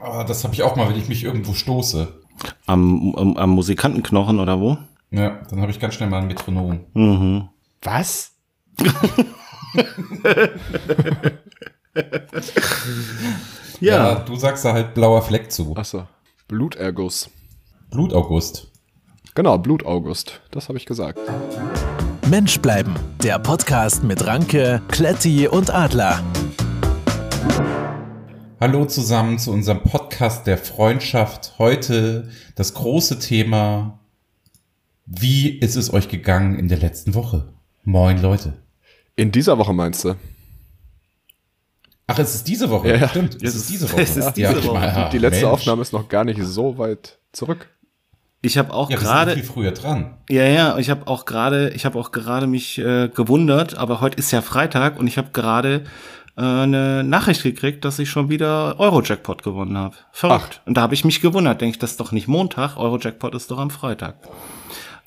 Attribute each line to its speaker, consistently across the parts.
Speaker 1: Ah, das habe ich auch mal, wenn ich mich irgendwo stoße.
Speaker 2: Am, am, am Musikantenknochen oder wo?
Speaker 1: Ja, dann habe ich ganz schnell mal ein Metronom.
Speaker 2: Mhm.
Speaker 3: Was?
Speaker 2: Ja.
Speaker 1: du sagst da halt blauer Fleck zu.
Speaker 3: Achso. Bluterguss.
Speaker 1: Blutaugust.
Speaker 3: Genau, Blutaugust. Das habe ich gesagt.
Speaker 4: Mensch bleiben, der Podcast mit Ranke, Kletti und Adler.
Speaker 1: Hallo zusammen zu unserem Podcast der Freundschaft. Heute das große Thema, wie ist es euch gegangen in der letzten Woche? Moin Leute.
Speaker 3: In dieser Woche meinst du?
Speaker 1: Ach, es ist diese Woche.
Speaker 3: Ja, ja.
Speaker 1: Stimmt, es
Speaker 2: Es
Speaker 1: ist
Speaker 2: ist-
Speaker 1: diese Woche.
Speaker 2: es ist
Speaker 1: Ja,
Speaker 2: diese
Speaker 1: ich
Speaker 2: Woche.
Speaker 1: meine,
Speaker 3: Die letzte
Speaker 1: Ah, Mensch.
Speaker 3: Aufnahme ist noch gar nicht so weit zurück.
Speaker 2: Ich habe auch
Speaker 1: Ja, gerade
Speaker 2: gerade
Speaker 1: viel früher dran.
Speaker 2: Ja, ja, ich habe auch gerade, ich habe auch gerade mich äh, gewundert, aber heute ist ja Freitag und ich habe gerade äh, eine Nachricht gekriegt, dass ich schon wieder Eurojackpot gewonnen habe. Verrückt. Und da habe ich mich gewundert, denke ich, das ist doch nicht Montag, Eurojackpot ist doch am Freitag.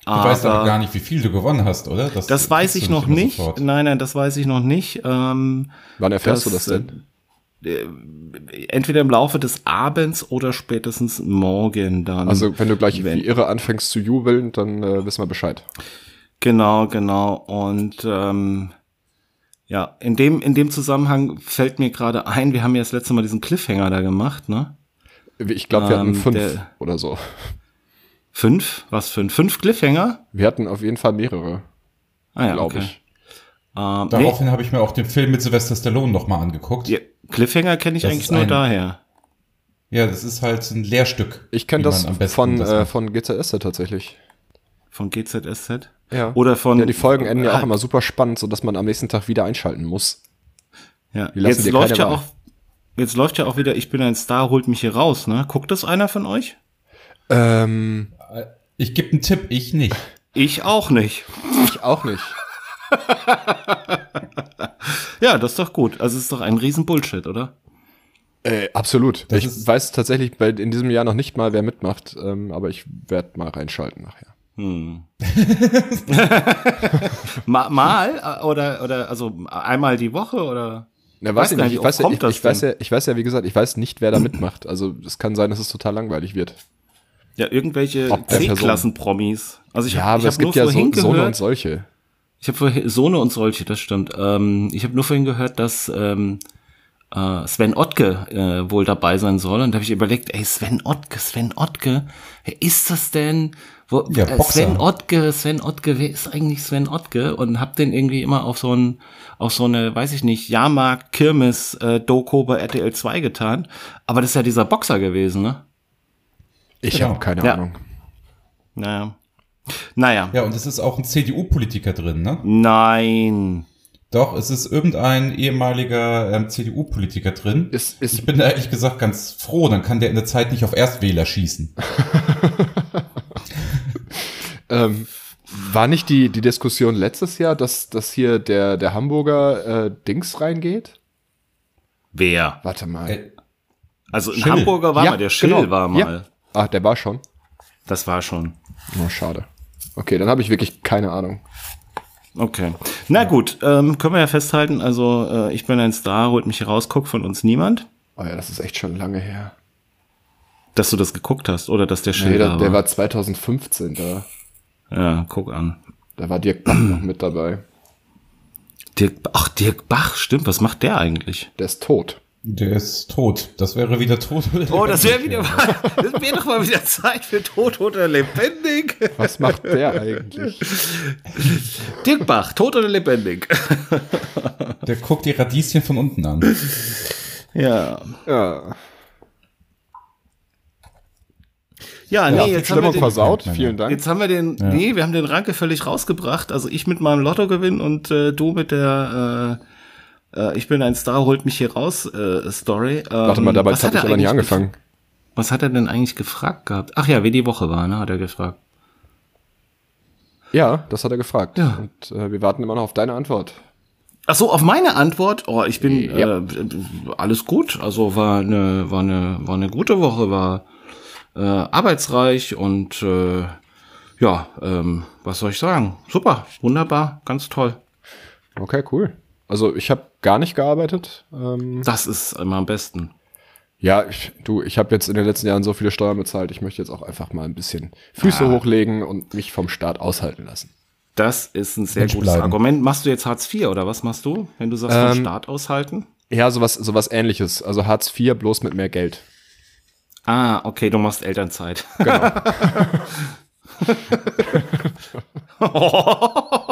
Speaker 1: Du weißt aber gar nicht, wie viel du gewonnen hast, oder?
Speaker 2: Das weiß
Speaker 1: kriegst du
Speaker 2: ich noch
Speaker 1: immer
Speaker 2: nicht.
Speaker 1: sofort.
Speaker 2: Nein, nein, das weiß ich noch nicht. Ähm,
Speaker 3: Wann erfährst du das
Speaker 2: äh,
Speaker 3: denn?
Speaker 2: äh, Entweder im Laufe des Abends oder spätestens morgen dann.
Speaker 3: Also, wenn du gleich
Speaker 2: äh, wenn-
Speaker 3: wie irre anfängst zu jubeln, dann äh, wissen wir Bescheid.
Speaker 2: Genau, genau. Und ähm, ja, in dem, in dem Zusammenhang fällt mir gerade ein, wir haben ja das letzte Mal diesen Cliffhanger da gemacht, ne?
Speaker 3: Ich glaube, wir hatten
Speaker 2: Ähm,
Speaker 3: fünf
Speaker 2: der-
Speaker 3: oder so.
Speaker 2: Fünf? Was fünf? Fünf Cliffhanger?
Speaker 3: Wir hatten auf jeden Fall mehrere,
Speaker 2: Ah ja,
Speaker 3: glaube
Speaker 2: okay.
Speaker 3: ich.
Speaker 2: Ähm,
Speaker 1: Daraufhin habe ich mir auch den Film mit Sylvester Stallone nochmal angeguckt.
Speaker 2: nee, ja, Cliffhanger kenne ich
Speaker 1: Das
Speaker 2: eigentlich
Speaker 1: ist
Speaker 2: nur
Speaker 1: ein-
Speaker 2: daher.
Speaker 1: Ja, das ist halt ein Lehrstück.
Speaker 3: Ich kenne
Speaker 1: wie
Speaker 3: das
Speaker 1: man am besten
Speaker 3: von,
Speaker 1: das
Speaker 3: äh,
Speaker 1: macht.
Speaker 3: von GZS tatsächlich.
Speaker 2: Von GZSZ?
Speaker 3: Ja.
Speaker 2: Oder von.
Speaker 3: Ja, die Folgen enden ja auch
Speaker 2: Ah,
Speaker 3: immer super spannend, sodass man am nächsten Tag wieder einschalten muss.
Speaker 2: Ja.
Speaker 3: Die lassen
Speaker 2: Jetzt
Speaker 3: dir
Speaker 2: läuft
Speaker 3: keine
Speaker 2: ja
Speaker 3: Wahl.
Speaker 2: auch. Jetzt läuft ja auch wieder, ich bin ein Star, holt mich hier raus, ne? Guckt das einer von euch?
Speaker 3: Ähm,
Speaker 1: ich gebe einen Tipp, ich nicht.
Speaker 2: Ich auch nicht.
Speaker 3: ich auch nicht.
Speaker 2: Ja, das ist doch gut. Also es ist doch ein riesen Bullshit, oder?
Speaker 3: Äh, absolut.
Speaker 1: Das
Speaker 3: ich
Speaker 1: ist-
Speaker 3: weiß tatsächlich bei, in diesem Jahr noch nicht mal, wer mitmacht, ähm, aber ich werde mal reinschalten nachher.
Speaker 2: Hm. Ma- mal äh, oder oder also einmal die Woche oder
Speaker 3: Na,
Speaker 2: Weiß
Speaker 3: weiß ich
Speaker 2: gar
Speaker 3: nicht,
Speaker 2: nicht,
Speaker 3: ich weiß,
Speaker 2: wie
Speaker 3: ja,
Speaker 2: oft
Speaker 3: ich,
Speaker 2: kommt das
Speaker 3: ich, weiß
Speaker 2: denn?
Speaker 3: ja, ich weiß ja, wie gesagt, ich weiß nicht, wer da mitmacht. Also es kann sein, dass es total langweilig wird.
Speaker 2: ja irgendwelche
Speaker 3: Ob der Person.
Speaker 2: C-Klassen-Promis. Also ich
Speaker 3: Ja,
Speaker 2: habe
Speaker 3: aber
Speaker 2: ich
Speaker 3: es
Speaker 2: hab nur
Speaker 3: gibt ja so,
Speaker 2: vorhin
Speaker 3: Sohne und
Speaker 2: gehört,
Speaker 3: solche.
Speaker 2: ich habe vorhin Sohne und solche, das stimmt. Ähm, ich habe nur vorhin gehört, dass ähm, äh, Sven Ottke äh, wohl dabei sein soll und da habe ich überlegt, ey Sven Ottke, Sven Ottke, wer ist das denn? Wo,
Speaker 1: Ja,
Speaker 2: äh,
Speaker 1: Boxer.
Speaker 2: Sven Ottke, Sven Ottke, wer ist eigentlich Sven Ottke? Und hab den irgendwie immer auf so ein, auf so eine, weiß ich nicht, Jahrmarkt, Kirmes, äh, Doku bei RTL 2 getan. Aber das ist ja dieser Boxer gewesen, ne?
Speaker 3: Ich
Speaker 1: Genau.
Speaker 3: habe keine
Speaker 2: Ja.
Speaker 3: Ahnung.
Speaker 2: Naja. Naja.
Speaker 1: Ja, und es ist auch ein CDU-Politiker drin, ne?
Speaker 2: Nein.
Speaker 1: Doch, es ist irgendein ehemaliger ähm, CDU-Politiker drin.
Speaker 3: Ist, ist,
Speaker 1: ich bin da ehrlich gesagt ganz froh, dann kann der in der Zeit nicht auf Erstwähler schießen.
Speaker 3: ähm, war nicht die, die Diskussion letztes Jahr, dass, dass hier der, der Hamburger äh, Dings reingeht?
Speaker 2: Wer?
Speaker 3: Warte mal.
Speaker 1: Äh,
Speaker 2: Also in
Speaker 1: Schill.
Speaker 2: Hamburger war mal, der Schill
Speaker 3: genau.
Speaker 2: war mal.
Speaker 3: Ja. Ah, der war schon.
Speaker 2: Das war schon.
Speaker 3: Oh, schade. Okay, dann habe ich wirklich keine Ahnung.
Speaker 2: Okay. Na gut, ähm, können wir ja festhalten, also äh, ich bin ein Star, holt mich hier raus, guckt von uns niemand,
Speaker 3: Oh ja, das ist echt schon lange her.
Speaker 2: dass du das geguckt hast oder dass der Schild
Speaker 3: Nee, der,
Speaker 2: da
Speaker 3: der war 2015 da.
Speaker 2: Ja, guck an.
Speaker 3: Da war Dirk Bach noch mit dabei.
Speaker 2: Dirk, ach, Dirk Bach, stimmt, was macht der eigentlich?
Speaker 3: Der ist tot.
Speaker 1: Der ist tot. Das wäre wieder tot.
Speaker 2: Oh, das wäre wieder mal, das wäre doch mal wieder Zeit für Tot oder Lebendig.
Speaker 3: Was macht der eigentlich?
Speaker 2: Dirk Bach, Tot oder Lebendig.
Speaker 1: Der guckt die Radieschen von unten an.
Speaker 2: Ja.
Speaker 3: Ja,
Speaker 2: Ja, nee,
Speaker 3: ja
Speaker 2: jetzt, haben wir
Speaker 3: Stimmung
Speaker 2: den,
Speaker 3: versaut. Vielen Dank.
Speaker 2: jetzt haben wir den, nee, wir haben den Ranke völlig rausgebracht. Also ich mit meinem Lottogewinn und äh, du mit der, äh, äh, ich bin ein Star, holt mich hier raus, äh, Story. Ähm,
Speaker 3: Warte mal, dabei
Speaker 2: was hat
Speaker 3: habe ich
Speaker 2: er
Speaker 3: aber
Speaker 2: eigentlich
Speaker 3: nicht angefangen.
Speaker 2: gef- Was hat er denn eigentlich gefragt gehabt? Ach ja, wie die Woche war, ne, hat er gefragt.
Speaker 3: Ja, das hat er gefragt.
Speaker 2: Ja.
Speaker 3: Und äh, wir warten immer noch auf deine Antwort.
Speaker 2: Ach so, auf meine Antwort, oh, ich bin
Speaker 3: Ja.
Speaker 2: äh, alles gut. Also war eine war eine war eine gute Woche, war äh, arbeitsreich und äh, ja, ähm, was soll ich sagen? Super, wunderbar, ganz toll.
Speaker 3: Okay, cool. Also ich habe gar nicht gearbeitet. Ähm,
Speaker 2: Das ist immer am besten.
Speaker 3: Ja, ich, du, ich habe jetzt in den letzten Jahren so viele Steuern bezahlt, ich möchte jetzt auch einfach mal ein bisschen Füße hochlegen und mich vom Staat aushalten lassen.
Speaker 2: Das ist ein sehr
Speaker 1: Mensch
Speaker 2: gutes
Speaker 1: bleiben.
Speaker 2: Argument. Machst du jetzt Hartz IV oder was machst du, wenn du sagst, vom Staat aushalten?
Speaker 3: Ja, sowas, sowas ähnliches. Also Hartz IV bloß mit mehr Geld.
Speaker 2: Ah, okay, du machst Elternzeit.
Speaker 3: Genau.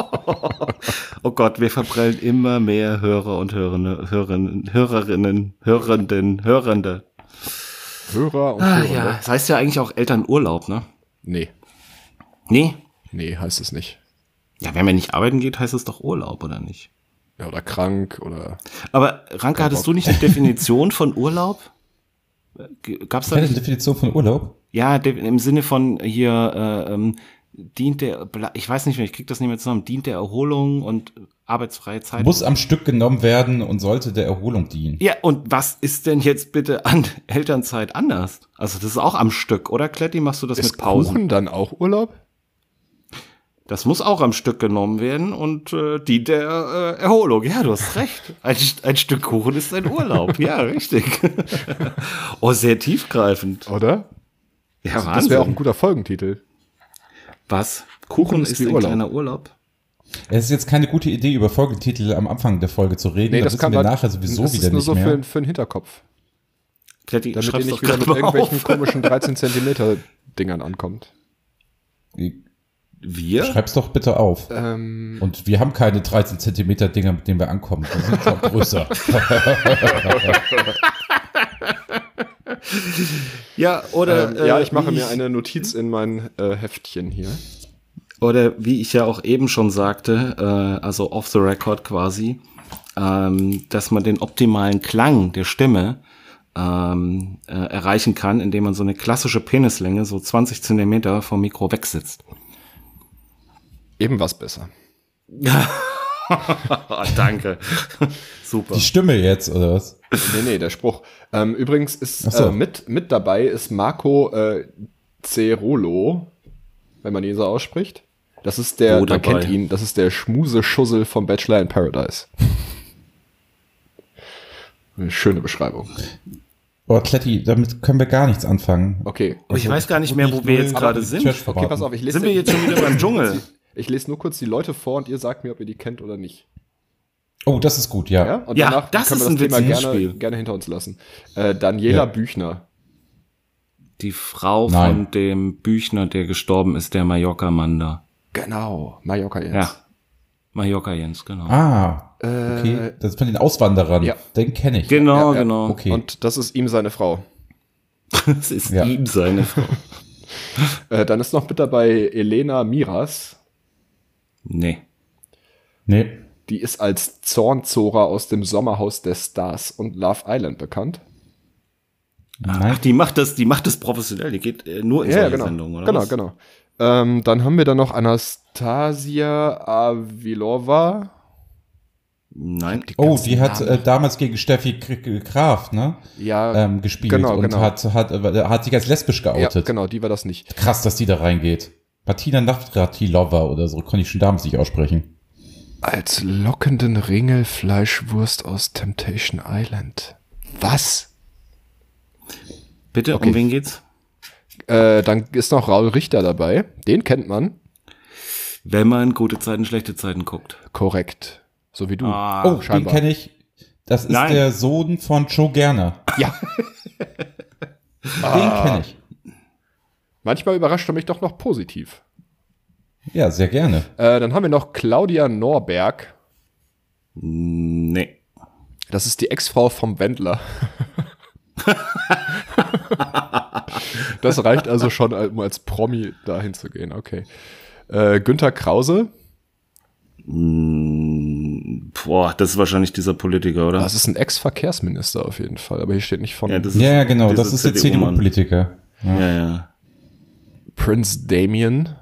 Speaker 2: Oh Gott, wir verprellen immer mehr Hörer und Hörende, Hörerinnen, Hörerinnen, Hörenden, Hörende.
Speaker 3: Hörer und Hörer.
Speaker 2: Ah, Ja, das heißt ja eigentlich auch Elternurlaub, ne?
Speaker 3: Nee,
Speaker 2: Nee.
Speaker 3: nee, heißt es nicht.
Speaker 2: Ja, wenn man nicht arbeiten geht, heißt es doch Urlaub, oder nicht?
Speaker 3: Ja, oder krank oder.
Speaker 2: Aber Ranke, hattest du nicht eine Definition von Urlaub? Äh, G- Gab's da
Speaker 1: Keine
Speaker 2: nicht?
Speaker 1: Definition von Urlaub?
Speaker 2: Ja, de- im Sinne von hier äh, ähm, dient der, bla- ich weiß nicht mehr, ich krieg das nicht mehr zusammen, dient der Erholung und arbeitsfreie Zeit.
Speaker 1: Muss am Stück genommen werden und sollte der Erholung dienen.
Speaker 2: ja, und was ist denn jetzt bitte an Elternzeit anders? Also das ist auch am Stück, oder Kletti, machst du das
Speaker 3: Ist
Speaker 2: mit Pausen?
Speaker 3: Kuchen dann auch Urlaub?
Speaker 2: Das muss auch am Stück genommen werden und äh, dient der äh, Erholung. Ja, du hast recht. Ein, St- ein Stück Kuchen ist ein Urlaub. ja, richtig. oh, sehr tiefgreifend.
Speaker 3: Oder?
Speaker 2: Ja,
Speaker 3: Das wäre auch ein guter Folgentitel.
Speaker 2: Was? Kuchen,
Speaker 3: Kuchen ist
Speaker 2: ist,
Speaker 3: wie
Speaker 2: ein
Speaker 3: Urlaub.
Speaker 2: kleiner Urlaub?
Speaker 1: Es ist jetzt keine gute Idee, über Folgetitel am Anfang der Folge zu reden. da wissen wir
Speaker 3: man-
Speaker 1: nachher sowieso
Speaker 3: das
Speaker 1: wieder
Speaker 3: ist nur
Speaker 1: nicht
Speaker 3: so
Speaker 1: mehr.
Speaker 3: Für, den- für den Hinterkopf.
Speaker 2: Kletti,
Speaker 3: Damit ihr
Speaker 2: schreib's
Speaker 3: nicht
Speaker 2: doch
Speaker 3: wieder mit
Speaker 2: gerade mal
Speaker 3: irgendwelchen
Speaker 2: auf.
Speaker 3: komischen 13 Zentimeter Dingern ankommt.
Speaker 2: Wir?
Speaker 1: Schreib's doch bitte auf.
Speaker 3: Ähm.
Speaker 1: Und wir haben keine 13 Zentimeter Dinger, mit denen wir ankommen. Die sind schon größer.
Speaker 2: Ja, oder,
Speaker 3: Ähm, ja,
Speaker 2: äh,
Speaker 3: ich mache
Speaker 2: wie
Speaker 3: mir eine Notiz in mein äh, Heftchen hier.
Speaker 2: Oder wie ich ja auch eben schon sagte, äh, also off the record quasi, ähm, dass man den optimalen Klang der Stimme ähm, äh, erreichen kann, indem man so eine klassische Penislänge, so 20 Zentimeter vom Mikro wegsitzt.
Speaker 3: Eben was besser.
Speaker 2: Ah, danke. Super.
Speaker 1: Die Stimme jetzt, oder was?
Speaker 3: Nee, nee, der Spruch. Ähm, übrigens ist
Speaker 1: Ach so.
Speaker 3: äh, mit, mit dabei ist Marco äh, Cerolo, wenn man ihn so ausspricht. Das ist der,
Speaker 2: Oh,
Speaker 3: man
Speaker 2: dabei.
Speaker 3: kennt ihn, das ist der Schmuse-Schussel vom Bachelor in Paradise. Eine schöne Beschreibung.
Speaker 1: Oh, Kletti, damit können wir gar nichts anfangen.
Speaker 3: Okay.
Speaker 2: Aber oh, ich weiß gar nicht mehr, wo wir jetzt
Speaker 1: Aber
Speaker 2: gerade
Speaker 1: die
Speaker 2: sind.
Speaker 1: Church
Speaker 3: Okay,
Speaker 1: verraten.
Speaker 3: pass auf, ich lese,
Speaker 2: Sind wir jetzt schon wieder beim Dschungel?
Speaker 3: ich lese nur kurz die Leute vor und ihr sagt mir, ob ihr die kennt oder nicht.
Speaker 1: Oh, das ist gut, ja.
Speaker 3: Ja, und
Speaker 2: Ja,
Speaker 3: danach
Speaker 2: das
Speaker 3: können
Speaker 2: ist
Speaker 3: wir das
Speaker 2: ein
Speaker 3: Thema
Speaker 2: witziges
Speaker 3: gerne,
Speaker 2: Spiel.
Speaker 3: gerne hinter uns lassen. Äh, Daniela
Speaker 1: Ja.
Speaker 3: Büchner.
Speaker 2: Die Frau
Speaker 1: Nein.
Speaker 2: von dem Büchner, der gestorben ist, der Mallorca-Mann da.
Speaker 3: Genau, Mallorca Jens.
Speaker 2: Ja. Mallorca Jens, genau.
Speaker 1: Ah, okay. Das ist von den Auswanderern.
Speaker 3: Äh, ja.
Speaker 1: Den kenne ich.
Speaker 2: Genau,
Speaker 3: Ja, ja,
Speaker 2: genau.
Speaker 1: Okay.
Speaker 3: Und das ist ihm seine Frau.
Speaker 2: Das ist
Speaker 1: Ja.
Speaker 2: ihm seine Frau.
Speaker 3: Äh, dann ist noch mit dabei Elena Miras.
Speaker 2: Nee.
Speaker 1: nee.
Speaker 3: Die ist als Zornzora aus dem Sommerhaus der Stars und Love Island bekannt.
Speaker 1: Nein.
Speaker 2: Ach, die macht das, die macht das professionell. Die geht äh, nur in solche Sendungen, oder
Speaker 3: genau,
Speaker 2: was?
Speaker 3: genau. Ähm, dann haben wir dann noch Anastasia Avilova.
Speaker 2: Nein.
Speaker 1: Oh, die hat äh, damals gegen Steffi K- K- Graf ne,
Speaker 3: Ja,
Speaker 1: ähm, gespielt
Speaker 3: genau,
Speaker 1: und
Speaker 3: genau.
Speaker 1: Hat, hat, äh, hat sich als lesbisch
Speaker 3: ja,
Speaker 1: geoutet.
Speaker 3: genau, die war das nicht.
Speaker 1: Krass, dass die da reingeht. Martina Navratilova oder so, konnte ich schon damals nicht aussprechen.
Speaker 3: Als lockenden Ringel Fleischwurst aus Temptation Island. Was?
Speaker 2: Bitte,
Speaker 3: Okay.
Speaker 2: um wen geht's?
Speaker 3: Äh, dann ist noch Raul Richter dabei. Den kennt man.
Speaker 2: Wenn man gute Zeiten, schlechte Zeiten guckt.
Speaker 3: Korrekt. So wie du.
Speaker 2: Ah.
Speaker 1: oh, den kenne ich. Das ist
Speaker 2: Nein.
Speaker 1: der Sohn von Joe Gerner.
Speaker 3: Ja.
Speaker 1: Den
Speaker 3: Ah.
Speaker 1: kenne ich.
Speaker 3: Manchmal überrascht er mich doch noch positiv.
Speaker 1: Ja, sehr gerne.
Speaker 3: Äh, dann haben wir noch Claudia Norberg.
Speaker 2: Mm, Nee.
Speaker 3: Das ist die Ex-Frau vom Wendler. das reicht also schon, um als Promi dahin zu gehen. Okay. Äh, Günther Krause.
Speaker 2: Mm, Boah, das ist wahrscheinlich dieser Politiker, oder?
Speaker 3: Das ist ein Ex-Verkehrsminister auf jeden Fall, aber hier steht nicht von
Speaker 2: das
Speaker 1: Ja, ja, genau,
Speaker 2: dieser
Speaker 1: das ist der
Speaker 2: CDU-Mann.
Speaker 1: CDU-Politiker.
Speaker 2: Ja, ja.
Speaker 3: Prince Damien.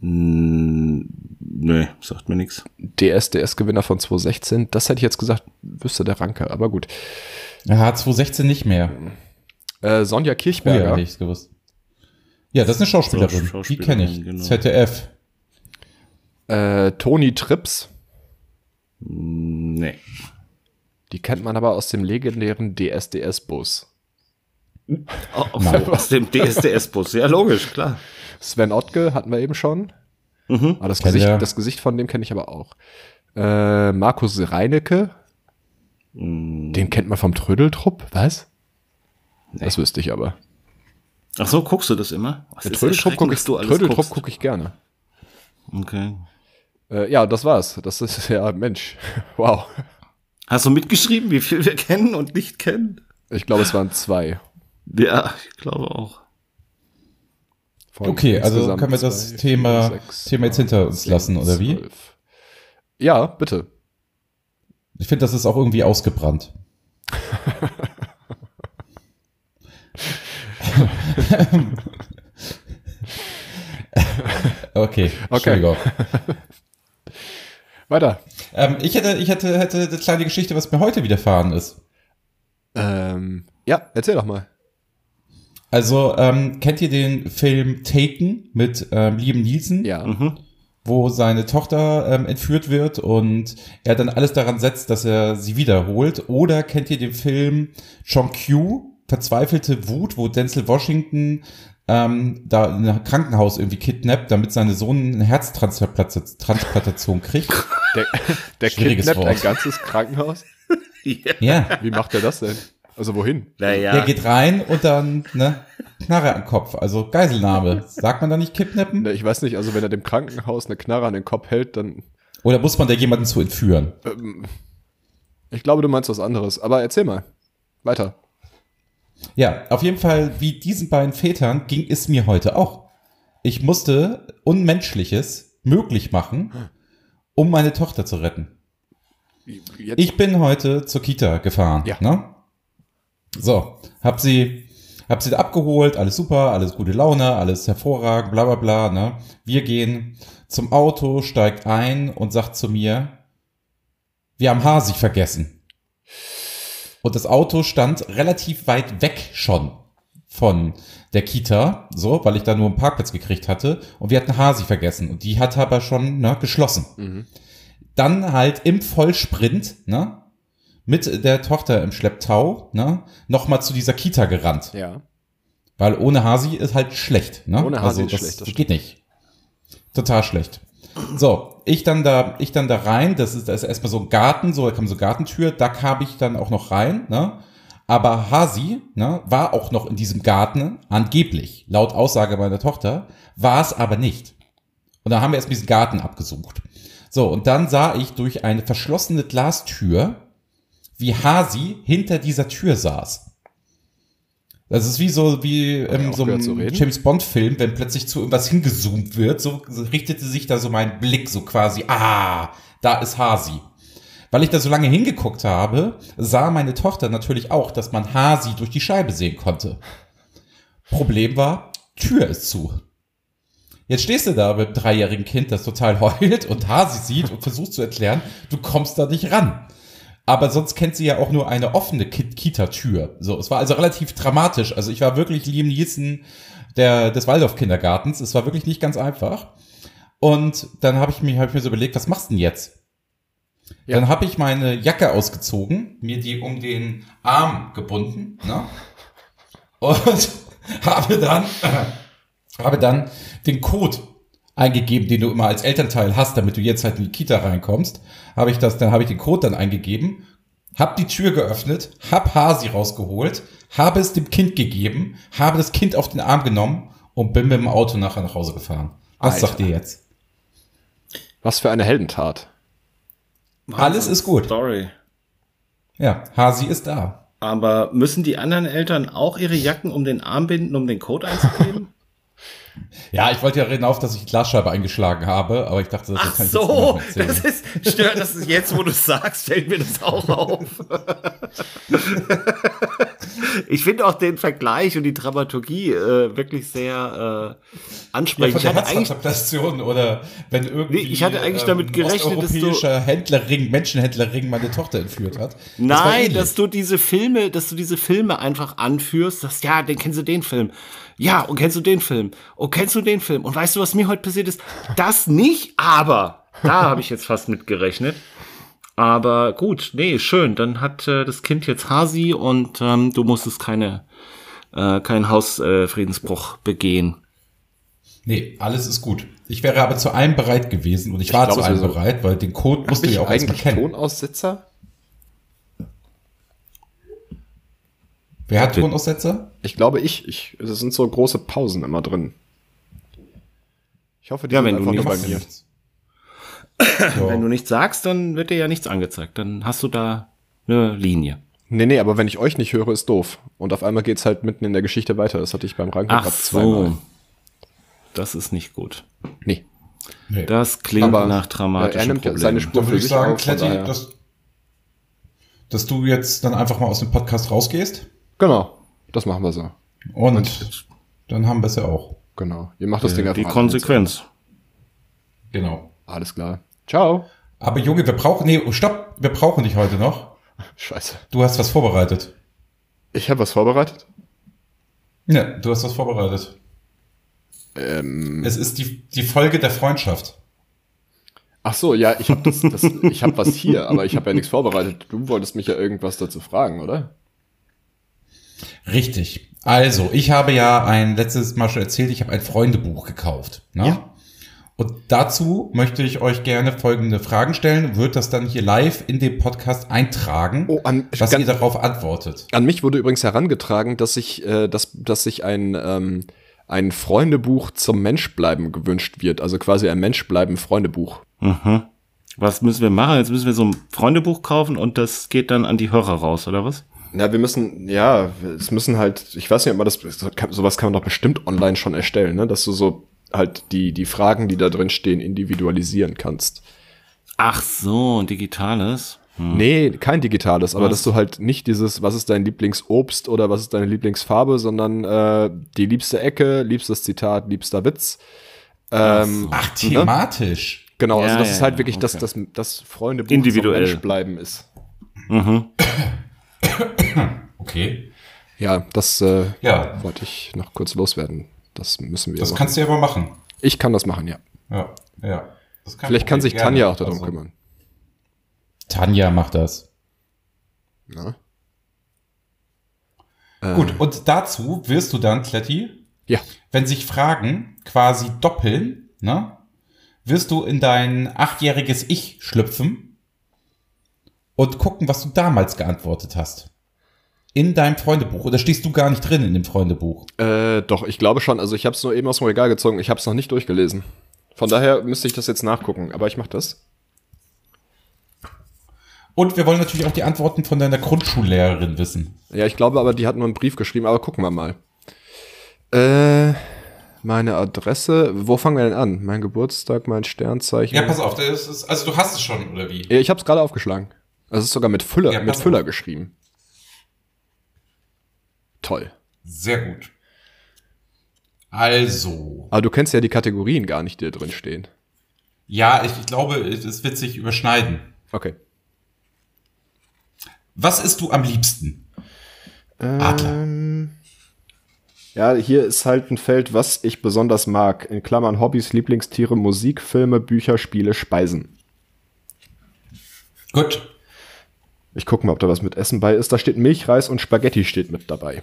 Speaker 2: Mm, Nee, sagt mir nichts.
Speaker 3: DSDS-Gewinner von 2016. Das hätte ich jetzt gesagt, wüsste der Ranke, aber gut.
Speaker 1: Er hat 2016 nicht mehr.
Speaker 3: Äh, Sonja
Speaker 1: Früher
Speaker 3: Kirchberger.
Speaker 1: hätte ich es gewusst. Ja, das ist eine Schauspielerin.
Speaker 2: Schau-
Speaker 1: Die kenne ich.
Speaker 2: Schauspielerin, genau.
Speaker 1: ZDF.
Speaker 3: äh, Toni Trips.
Speaker 2: Mm, Nee.
Speaker 3: Die kennt man aber aus dem legendären DSDS-Bus.
Speaker 2: Au- Oh, Auf, aus dem DSDS-Bus. Ja, logisch, klar.
Speaker 3: Sven Ottke hatten wir eben schon. Ah, das,
Speaker 1: Kennt
Speaker 3: Gesicht,
Speaker 1: er.
Speaker 3: das Gesicht von dem kenne ich aber auch. Äh, Markus Reinecke. Den kennt man vom Trödeltrupp, was? Das wüsste ich aber.
Speaker 2: Ach so, guckst du das immer? Was
Speaker 3: Der Trödeltrupp gucke ich, Trödeltrupp guck ich gerne.
Speaker 2: Okay.
Speaker 3: Äh, ja, das war's. Das ist ja, Mensch. Wow.
Speaker 2: Hast du mitgeschrieben, wie viel wir kennen und nicht kennen?
Speaker 3: Ich glaube, es waren zwei.
Speaker 2: Ja, ich glaube auch.
Speaker 3: Von
Speaker 1: Okay, also
Speaker 3: insgesamt
Speaker 1: können wir das
Speaker 3: zwei,
Speaker 1: Thema,
Speaker 3: vier, sechs,
Speaker 1: Thema jetzt hinter uns lassen, oder wie?
Speaker 3: zwölf. Ja, bitte.
Speaker 1: Ich finde, das ist auch irgendwie ausgebrannt. okay, Entschuldigung.
Speaker 3: Weiter.
Speaker 1: Ähm, ich hätte, ich hätte, hätte eine kleine Geschichte, was mir heute widerfahren ist.
Speaker 3: Ähm, ja, erzähl doch mal.
Speaker 1: Also, ähm, kennt ihr den Film Taken mit ähm, Liam Neeson?
Speaker 3: Ja.
Speaker 2: Mhm.
Speaker 1: wo seine Tochter ähm, entführt wird und er dann alles daran setzt, dass er sie wiederholt. Oder kennt ihr den Film John Q, Verzweifelte Wut, wo Denzel Washington ähm, da in einem Krankenhaus irgendwie kidnappt, damit seine Sohn eine Herztransplantation kriegt?
Speaker 3: Der, der
Speaker 1: Schwieriges
Speaker 3: kidnappt ein
Speaker 1: Wort.
Speaker 3: ganzes Krankenhaus.
Speaker 2: Ja.
Speaker 1: Ja.
Speaker 3: Wie macht er das denn? Also wohin?
Speaker 1: Der
Speaker 2: Naja.
Speaker 1: geht rein und dann, ne, Knarre am Kopf, also Geiselnahme. Sagt man da nicht kidnappen?
Speaker 3: Na, Ich weiß nicht, also wenn er dem Krankenhaus eine Knarre an den Kopf hält, dann.
Speaker 1: Oder muss man da jemanden zu entführen?
Speaker 3: Ich glaube, du meinst was anderes. Aber erzähl mal. Weiter.
Speaker 1: Ja, auf jeden Fall, wie diesen beiden Vätern ging es mir heute auch. Ich musste Unmenschliches möglich machen, um meine Tochter zu retten.
Speaker 3: Jetzt,
Speaker 1: Ich bin heute zur Kita gefahren.
Speaker 3: Ja.
Speaker 1: Ne? So, hab sie, hab sie da abgeholt, alles super, alles gute Laune, alles hervorragend, bla bla bla. Ne? Wir gehen zum Auto, steigt ein und sagt zu mir, wir haben Hasig vergessen. Und das Auto stand relativ weit weg schon von der Kita, so, weil ich da nur einen Parkplatz gekriegt hatte. Und wir hatten Hasi vergessen. Und die hat aber schon ne, geschlossen
Speaker 3: mhm.
Speaker 1: dann halt im Vollsprint, ne? Mit der Tochter im Schlepptau, ne? Nochmal zu dieser Kita gerannt.
Speaker 3: Ja.
Speaker 1: Weil ohne Hasi ist halt schlecht, ne?
Speaker 3: Ohne Hasi ist
Speaker 1: das,
Speaker 3: schlecht, das
Speaker 1: geht nicht. Total schlecht. So, ich dann da, ich dann da rein, das ist, da ist erstmal so ein Garten, so, da kam so eine Gartentür, da kam ich dann auch noch rein, ne? Aber Hasi, ne, war auch noch in diesem Garten, angeblich, laut Aussage meiner Tochter, war es aber nicht. Und dann haben wir erstmal diesen Garten abgesucht. So, und dann sah ich durch eine verschlossene Glastür, wie Hasi hinter dieser Tür saß. Das ist wie so wie
Speaker 3: ja
Speaker 1: ähm,
Speaker 3: auch
Speaker 1: so
Speaker 3: gehört zu
Speaker 1: einem
Speaker 3: reden.
Speaker 1: James Bond Film, wenn plötzlich zu irgendwas hingezoomt wird, so richtete sich da so mein Blick so quasi, ah, da ist Hasi. Weil ich da so lange hingeguckt habe, sah meine Tochter natürlich auch, dass man Hasi durch die Scheibe sehen konnte. Problem war, Tür ist zu. Jetzt stehst du da mit einem dreijährigen Kind, das total heult und Hasi sieht und versucht zu erklären, du kommst da nicht ran. Aber sonst kennt sie ja auch nur eine offene Ki- Kita-Tür. So, es war also relativ dramatisch. Also ich war wirklich Liam Nielsen der, des Waldorf-Kindergartens. Es war wirklich nicht ganz einfach. Und dann habe ich, mir- hab ich mir so überlegt, was machst du denn jetzt?
Speaker 3: Ja.
Speaker 1: Dann habe ich meine Jacke ausgezogen, mir die um den Arm gebunden ne? und habe dann, habe dann den Code eingegeben, den du immer als Elternteil hast, damit du jetzt halt in die Kita reinkommst. Habe ich das, dann habe ich den Code dann eingegeben, habe die Tür geöffnet, habe Hasi rausgeholt, habe es dem Kind gegeben, habe das Kind auf den Arm genommen und bin mit dem Auto nachher nach Hause gefahren. Was
Speaker 3: Alter.
Speaker 1: sagt ihr jetzt?
Speaker 3: Was für eine Heldentat.
Speaker 1: Alles ist gut.
Speaker 2: Sorry.
Speaker 1: Ja, Hasi ist da.
Speaker 2: Aber müssen die anderen Eltern auch ihre Jacken um den Arm binden, um den Code einzugeben?
Speaker 1: Ja, ich wollte ja reden auf, dass ich die Glasscheibe eingeschlagen habe, aber ich dachte, das
Speaker 2: Ach
Speaker 1: kann ich jetzt niemandem
Speaker 2: so,
Speaker 1: erzählen.
Speaker 2: das ist, stört, das ist jetzt, wo du es sagst, fällt mir das auch auf. ich finde auch den Vergleich und die Dramaturgie äh, wirklich sehr äh,
Speaker 1: ja, von
Speaker 2: ansprechend.
Speaker 1: der
Speaker 2: ich, hatte eigentlich,
Speaker 1: Herztransplantation oder wenn irgendwie
Speaker 2: Nee, ich hatte eigentlich damit gerechnet, dass du-
Speaker 1: europäischer Händlerring, Menschenhändlerring meine Tochter entführt hat. Das war
Speaker 2: nein,
Speaker 1: ähnlich.
Speaker 2: dass du diese Filme, dass du diese Filme einfach anführst, dass ja, den kennst du den Film. Ja, und kennst du den Film? Und kennst du den Film? Und weißt du, was mir heute passiert ist? Das nicht, aber da habe ich jetzt fast mitgerechnet. Aber gut, nee, schön. Dann hat äh, das Kind jetzt Hasi und ähm, du musstest keine, äh, keinen Hausfriedensbruch begehen.
Speaker 1: Nee, alles ist gut. Ich wäre aber zu allem bereit gewesen und ich, war
Speaker 3: glaub,
Speaker 1: zu
Speaker 3: es
Speaker 1: allem
Speaker 3: wäre so-
Speaker 1: bereit, weil den Code musst
Speaker 3: Musste
Speaker 1: du
Speaker 3: ich
Speaker 1: ja auch erstmal
Speaker 3: eigentlich
Speaker 1: kennen.
Speaker 3: Tonaussetzer?
Speaker 1: Wer hat Tonaussetzer?
Speaker 3: Ich glaube, ich. ich es sind so große Pausen immer drin. Ich hoffe, die
Speaker 2: Ja,
Speaker 3: sind
Speaker 2: wenn du
Speaker 3: einfach
Speaker 2: nicht-
Speaker 3: nur bei
Speaker 1: machst ja
Speaker 3: mir.
Speaker 1: nichts. So.
Speaker 2: Wenn du nichts sagst, dann wird dir ja nichts angezeigt. Dann hast du da eine Linie.
Speaker 3: Nee, nee, aber wenn ich euch nicht höre, ist doof. Und auf einmal geht's halt mitten in der Geschichte weiter. Das hatte ich beim Rankenrad
Speaker 2: Ach
Speaker 3: zweimal.
Speaker 2: so. Das ist nicht gut.
Speaker 3: Nee.
Speaker 1: nee.
Speaker 2: Das klingt
Speaker 3: Aber
Speaker 2: nach
Speaker 3: er, er
Speaker 2: dramatischen
Speaker 3: nimmt ja
Speaker 2: Problemen.
Speaker 3: seine Spur
Speaker 1: Dann
Speaker 3: für
Speaker 1: würde ich
Speaker 3: sich
Speaker 1: sagen,
Speaker 3: auf, von
Speaker 1: Kletti,
Speaker 3: daher-
Speaker 1: dass, dass du jetzt dann einfach mal aus dem Podcast rausgehst.
Speaker 3: Genau, das machen wir so.
Speaker 1: Und, dann haben wir es ja auch.
Speaker 3: Genau. Ihr macht das Ding
Speaker 2: Die
Speaker 3: einfach an.
Speaker 2: Konsequenz.
Speaker 1: Genau.
Speaker 3: Alles klar. Ciao.
Speaker 1: Aber Junge, wir brauchen. Nee, oh, stopp, wir brauchen dich heute noch.
Speaker 3: Scheiße.
Speaker 1: Du hast was vorbereitet.
Speaker 3: Ich habe was vorbereitet.
Speaker 1: Ja, du hast was vorbereitet.
Speaker 3: Ähm,
Speaker 1: Es ist die, die Folge der Freundschaft.
Speaker 3: Ach so, ja, ich habe das, das, ich hab was hier, aber ich habe ja nichts vorbereitet. Du wolltest mich ja irgendwas dazu fragen, oder?
Speaker 1: Richtig. Also, ich habe ja ein letztes Mal schon erzählt, ich habe ein Freundebuch gekauft. Ne?
Speaker 3: Ja.
Speaker 1: Und dazu möchte ich euch gerne folgende Fragen stellen. Wird das dann hier live in dem Podcast eintragen,
Speaker 3: Oh, an,
Speaker 1: was
Speaker 3: ganz-
Speaker 1: ihr darauf antwortet?
Speaker 3: An mich wurde übrigens herangetragen, dass ich, äh, dass, dass ich ein, ähm, ein Freundebuch zum Menschbleiben gewünscht wird. Also quasi ein Menschbleiben-Freundebuch.
Speaker 2: Mhm. Was müssen wir machen? Jetzt müssen wir so ein Freundebuch kaufen und das geht dann an die Hörer raus, oder was?
Speaker 3: Na, wir müssen, ja, es müssen halt, ich weiß nicht, ob man das, so- kann- sowas kann man doch bestimmt online schon erstellen, ne? dass du so halt die, die Fragen, die da drin stehen, individualisieren kannst.
Speaker 2: Ach so, ein digitales.
Speaker 3: Nee, kein digitales, aber
Speaker 2: Hm. Was?
Speaker 3: dass du halt nicht dieses, was ist dein Lieblingsobst oder was ist deine Lieblingsfarbe, sondern äh, die liebste Ecke, liebstes Zitat, liebster Witz. Ähm,
Speaker 1: Ach, thematisch.
Speaker 3: Genau,
Speaker 2: Ja,
Speaker 3: also das
Speaker 2: ja,
Speaker 3: ist halt
Speaker 2: ja,
Speaker 3: wirklich das,
Speaker 2: okay.
Speaker 3: das, das Freundebuch
Speaker 2: Individuell.
Speaker 3: Mensch bleiben ist.
Speaker 1: Okay.
Speaker 3: Ja, das äh,
Speaker 1: Ja,
Speaker 3: wollte ich noch kurz loswerden. Das müssen wir
Speaker 1: das
Speaker 3: machen.
Speaker 1: kannst du ja mal machen.
Speaker 3: ich kann das machen, ja.
Speaker 1: Ja, ja. Das ist kein
Speaker 3: Vielleicht kann
Speaker 1: Problem.
Speaker 3: sich Tanja
Speaker 1: Gerne.
Speaker 3: auch darum
Speaker 1: Also,
Speaker 3: kümmern.
Speaker 1: Tanja macht das.
Speaker 3: Ja.
Speaker 1: Gut, und dazu wirst du dann, Kletti,
Speaker 3: Ähm, ja,
Speaker 1: wenn sich Fragen quasi doppeln, ne, wirst du in dein achtjähriges Ich schlüpfen und gucken, was du damals geantwortet hast. In deinem Freundebuch. Oder stehst du gar nicht drin in dem Freundebuch?
Speaker 3: äh, doch, ich glaube schon. Also ich habe es nur eben aus dem Regal gezogen. Ich habe es noch nicht durchgelesen. Von daher müsste ich das jetzt nachgucken. Aber ich mache das.
Speaker 1: Und wir wollen natürlich auch die Antworten von deiner Grundschullehrerin wissen.
Speaker 3: Ja, ich glaube aber, die hat nur einen Brief geschrieben. Aber gucken wir mal. Äh, meine Adresse. Wo fangen wir denn an? Mein Geburtstag, mein Sternzeichen.
Speaker 1: Ja, pass auf, das ist, also du hast es schon, oder wie?
Speaker 3: Ja, ich habe es gerade aufgeschlagen. Also Es ist sogar mit Füller,
Speaker 1: Ja,
Speaker 3: mit
Speaker 1: pass
Speaker 3: Füller
Speaker 1: auf.
Speaker 3: geschrieben. Toll.
Speaker 1: Sehr gut. Also,
Speaker 3: Aber Ah, du kennst ja die Kategorien gar nicht, die da drin stehen.
Speaker 1: ja, ich, ich glaube, es wird sich überschneiden.
Speaker 3: Okay.
Speaker 1: Was isst du am liebsten? Adler.
Speaker 3: Ähm, Ja, hier ist halt ein Feld, was ich besonders mag. In Klammern Hobbys, Lieblingstiere, Musik, Filme, Bücher, Spiele, Speisen.
Speaker 1: Gut,
Speaker 3: Ich gucke mal, ob da was mit Essen bei ist. Da steht Milchreis und Spaghetti steht mit dabei.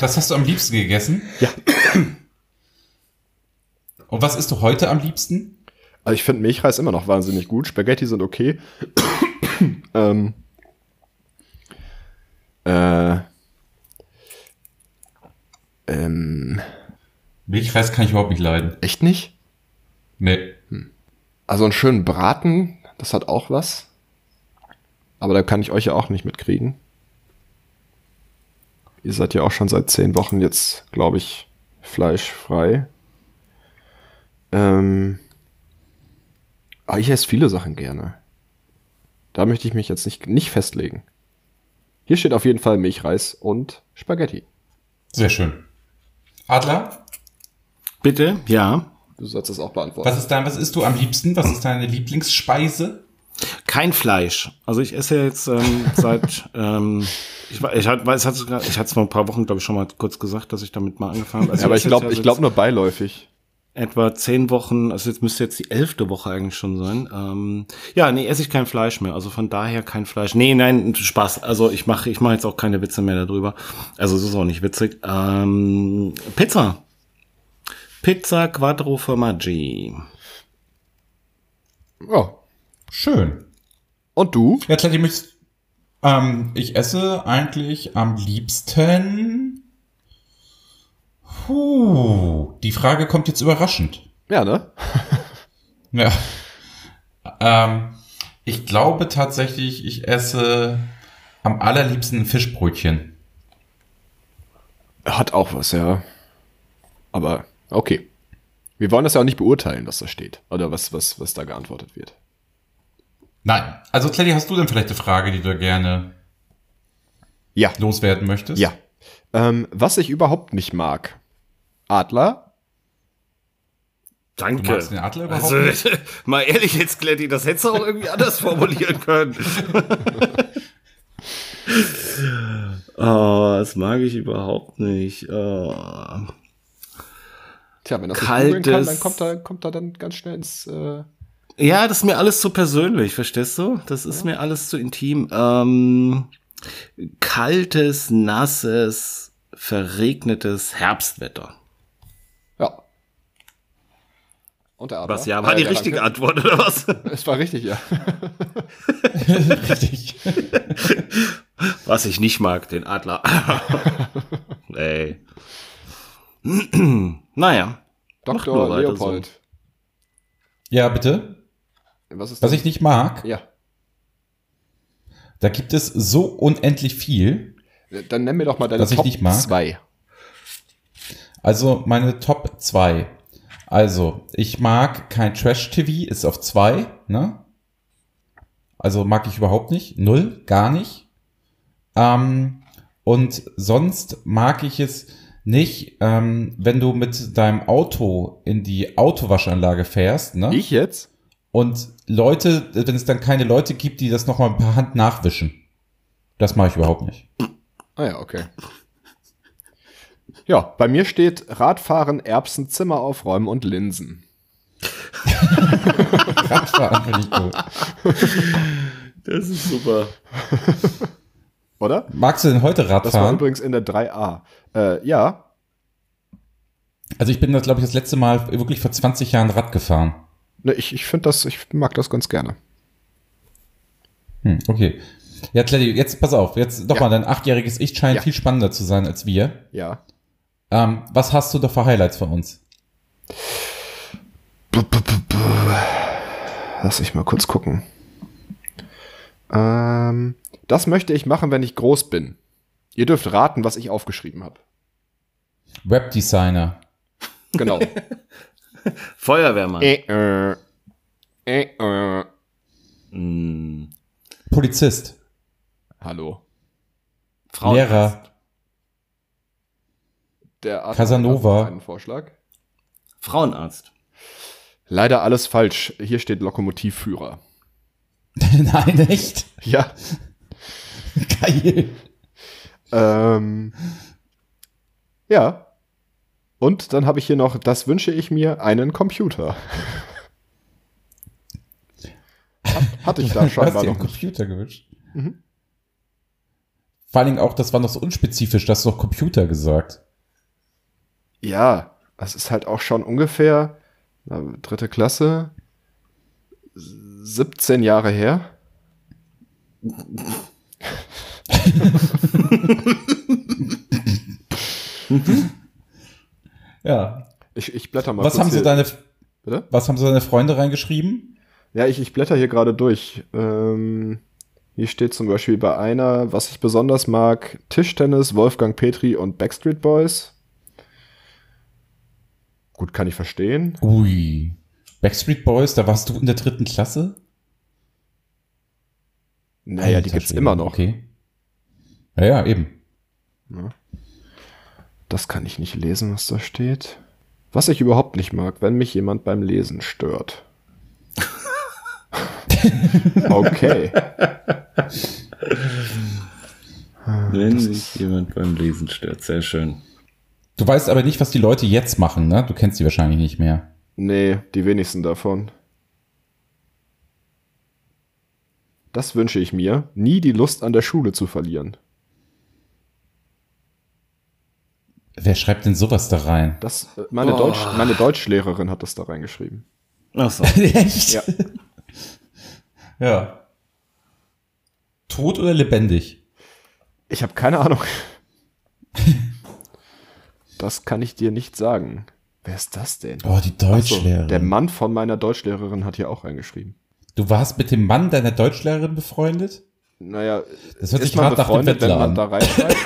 Speaker 1: Das hast du am liebsten gegessen?
Speaker 3: Ja.
Speaker 1: Und was isst du heute am liebsten?
Speaker 3: Also ich finde Milchreis immer noch wahnsinnig gut. Spaghetti sind okay. ähm, äh, ähm,
Speaker 1: Milchreis kann ich überhaupt nicht leiden.
Speaker 3: echt nicht?
Speaker 1: Nee.
Speaker 3: Also einen schönen Braten, das hat auch was. Aber da kann ich euch ja auch nicht mitkriegen. Ihr seid ja auch schon seit zehn Wochen jetzt, glaube ich, fleischfrei. Ähm, aber ich esse viele Sachen gerne. Da möchte ich mich jetzt nicht, nicht festlegen. Hier steht auf jeden Fall Milchreis und Spaghetti.
Speaker 1: Sehr schön. Adler,
Speaker 2: Bitte? Ja.
Speaker 3: Du sollst das auch beantworten.
Speaker 1: was ist dein, was isst du am liebsten? Was ist deine Lieblingsspeise?
Speaker 2: Kein Fleisch. Also ich esse jetzt ähm, seit, ähm, ich, wa- ich, hat- weiß, hat's sogar- ich hatte es vor ein paar Wochen, glaube ich, schon mal kurz gesagt, dass ich damit mal angefangen habe. Also
Speaker 3: aber ich
Speaker 2: esse
Speaker 3: glaube
Speaker 2: jetzt ja
Speaker 3: ich glaub nur beiläufig.
Speaker 2: etwa zehn Wochen, also jetzt müsste jetzt die elfte Woche eigentlich schon sein. Ähm, ja, nee, esse ich kein Fleisch mehr. Also von daher kein Fleisch. Nee, nein, Spaß. Also ich mache ich mach jetzt auch keine Witze mehr darüber. Also es ist auch nicht witzig. Ähm, Pizza. Pizza Quattro Formaggi.
Speaker 3: Ja.
Speaker 1: Schön.
Speaker 3: Und du?
Speaker 1: Ja, Kletti, möchtest, ähm, ich esse eigentlich am liebsten. Puh, die Frage kommt jetzt überraschend.
Speaker 3: Ja, ne?
Speaker 1: Ja. Ähm, ich glaube tatsächlich, ich esse am allerliebsten ein Fischbrötchen.
Speaker 3: Hat auch was, ja. Aber okay. Wir wollen das ja auch nicht beurteilen, was da steht. Oder was, was, was da geantwortet wird.
Speaker 1: Nein. Also, Kletti, hast du denn vielleicht eine Frage, die du gerne
Speaker 3: Ja.
Speaker 1: loswerden möchtest?
Speaker 3: Ja. Ähm, was ich überhaupt nicht mag. Adler?
Speaker 1: Du magst den
Speaker 2: Danke.
Speaker 1: Adler überhaupt
Speaker 2: Also,
Speaker 1: nicht?
Speaker 2: mal ehrlich jetzt, Glenny, das hättest du auch irgendwie anders formulieren können. oh, das mag ich überhaupt nicht. Oh.
Speaker 3: Tja, wenn das
Speaker 2: Kaltes-
Speaker 3: nicht googeln kann, dann kommt da, kommt da dann ganz schnell ins. Äh,
Speaker 2: Ja, das ist mir alles zu persönlich, verstehst du? Das ist mir alles zu intim. Ähm, kaltes, nasses, verregnetes Herbstwetter.
Speaker 3: ja. Und der Adler.
Speaker 2: Was ja, war die
Speaker 3: der
Speaker 2: richtige
Speaker 3: Danke.
Speaker 2: Antwort, oder was?
Speaker 3: Es war richtig, ja.
Speaker 1: Richtig.
Speaker 2: Was ich nicht mag, den Adler. Ey. naja. Macht nur
Speaker 3: Dr.
Speaker 2: weiter
Speaker 3: Leopold.
Speaker 1: Ja, bitte.
Speaker 3: Was ist
Speaker 1: Was ich nicht mag,
Speaker 3: Ja.
Speaker 1: da gibt es so unendlich viel.
Speaker 3: Dann nenn mir doch mal deine
Speaker 1: Was ich
Speaker 3: Top
Speaker 1: nicht mag?
Speaker 3: 2.
Speaker 1: Also meine Top 2. Also, ich mag kein Trash-TV, ist auf 2, ne? Also mag ich überhaupt nicht. Null, gar nicht. Ähm, und sonst mag ich es nicht, ähm, wenn du mit deinem Auto in die Autowaschanlage fährst, ne?
Speaker 3: Ich jetzt?
Speaker 1: Und Leute, wenn es dann keine Leute gibt, die das nochmal per Hand nachwischen. Das mache ich überhaupt nicht.
Speaker 3: Ah ja, okay. Ja, bei mir steht Radfahren, Erbsen, Zimmer aufräumen und Linsen.
Speaker 1: Radfahren finde ich gut.
Speaker 2: Das ist super.
Speaker 3: Oder?
Speaker 1: Magst du denn heute
Speaker 3: Das war
Speaker 1: Radfahren?
Speaker 3: übrigens in der 3a. Äh, ja,
Speaker 1: Also ich bin das, glaube ich, das letzte Mal wirklich vor 20 Jahren Rad gefahren.
Speaker 3: ne, ich, ich finde das, ich mag das ganz gerne.
Speaker 1: Hm, okay. Ja, Claudio, jetzt pass auf, jetzt nochmal, dein achtjähriges Ich scheint
Speaker 3: Ja.
Speaker 1: viel spannender zu sein als wir.
Speaker 3: Ja.
Speaker 1: Ähm, was hast du da für Highlights für uns?
Speaker 3: Lass ich mal kurz gucken. Ähm, das möchte ich machen, wenn ich groß bin. Ihr dürft raten, was ich aufgeschrieben habe.
Speaker 1: Webdesigner.
Speaker 3: Genau.
Speaker 2: Feuerwehrmann.
Speaker 3: äh, äh, äh, äh.
Speaker 2: Mm,
Speaker 1: Polizist.
Speaker 3: Hallo.
Speaker 2: Frauen-
Speaker 1: Lehrer.
Speaker 3: Der Adler hat
Speaker 1: Casanova.
Speaker 3: einen Vorschlag.
Speaker 2: Frauenarzt.
Speaker 3: Leider alles falsch. Hier steht Lokomotivführer.
Speaker 1: Nein, echt?
Speaker 3: Ja.
Speaker 1: Geil.
Speaker 3: Ähm, ja. Und dann habe ich hier noch, das wünsche ich mir, einen Computer. Hat, hatte ich da
Speaker 1: du hast
Speaker 3: scheinbar
Speaker 1: dir einen
Speaker 3: noch. nicht.
Speaker 1: Computer gewünscht.
Speaker 3: Mhm.
Speaker 1: Vor allen Dingen auch, das war noch so unspezifisch, dass du noch Computer gesagt.
Speaker 3: Ja, das ist halt auch schon ungefähr na, dritte Klasse, 17 Jahre her.
Speaker 1: Ja.
Speaker 3: Ich, ich blätter mal.
Speaker 1: Was
Speaker 3: kurz
Speaker 1: haben so
Speaker 3: hier.
Speaker 1: deine,
Speaker 3: Bitte?
Speaker 1: was haben so deine Freunde reingeschrieben?
Speaker 3: Ja, ich, ich blätter hier gerade durch. Ähm, hier steht zum Beispiel bei einer, was ich besonders mag, Tischtennis, Wolfgang Petri und Backstreet Boys. Gut, kann ich verstehen.
Speaker 1: Ui. Backstreet Boys, da warst du in der dritten Klasse?
Speaker 3: Naja, Ah die
Speaker 1: Alter
Speaker 3: gibt's
Speaker 1: Schwede.
Speaker 3: immer noch.
Speaker 1: Okay. Ja, ja, eben.
Speaker 3: Das kann ich nicht lesen, was da steht. Was ich überhaupt nicht mag, wenn mich jemand beim Lesen stört. okay.
Speaker 2: Wenn sich jemand beim Lesen stört, sehr schön.
Speaker 1: Du weißt aber nicht, was die Leute jetzt machen, ne? Du kennst die wahrscheinlich nicht mehr.
Speaker 3: Nee, die wenigsten davon. Das wünsche ich mir, nie die Lust an der Schule zu verlieren.
Speaker 1: Wer schreibt denn sowas da rein?
Speaker 3: Das, äh, meine, Deutsch, meine Deutschlehrerin hat das da reingeschrieben.
Speaker 2: Ach so.
Speaker 1: Echt?
Speaker 3: Ja.
Speaker 1: Ja. ja. Tot oder lebendig?
Speaker 3: Ich habe keine Ahnung. das kann ich dir nicht sagen. Wer ist das denn?
Speaker 1: Oh, die
Speaker 3: Achso,
Speaker 1: Deutschlehrerin.
Speaker 3: der Mann von meiner Deutschlehrerin hat hier auch reingeschrieben.
Speaker 1: du warst mit dem Mann deiner Deutschlehrerin befreundet?
Speaker 3: Naja,
Speaker 1: Das hört
Speaker 3: ist
Speaker 1: sich
Speaker 3: man
Speaker 1: hart nach dem
Speaker 3: befreundet, wenn
Speaker 1: Bettler
Speaker 3: man
Speaker 1: an.
Speaker 3: da reinschreibt?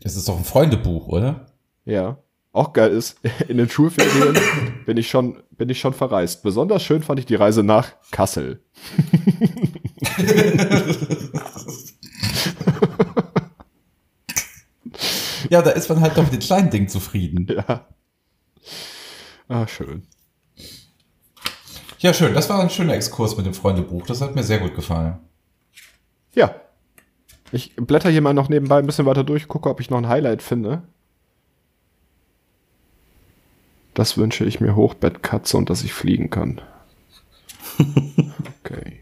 Speaker 1: Das ist doch ein Freundebuch, oder?
Speaker 3: ja. Auch geil ist, in den Schulferien bin ich schon, bin ich schon verreist. Besonders schön fand ich die Reise nach Kassel.
Speaker 1: Ja, da ist man halt doch mit den kleinen Dingen zufrieden.
Speaker 3: Ja. Ah, schön.
Speaker 1: Ja, schön. Das war ein schöner Exkurs mit dem Freundebuch. Das hat mir sehr gut gefallen.
Speaker 3: Ja. Ich blätter hier mal noch nebenbei ein bisschen weiter durch, gucke, ob ich noch ein Highlight finde. Das wünsche ich mir Hochbettkatze und dass ich fliegen kann. Okay.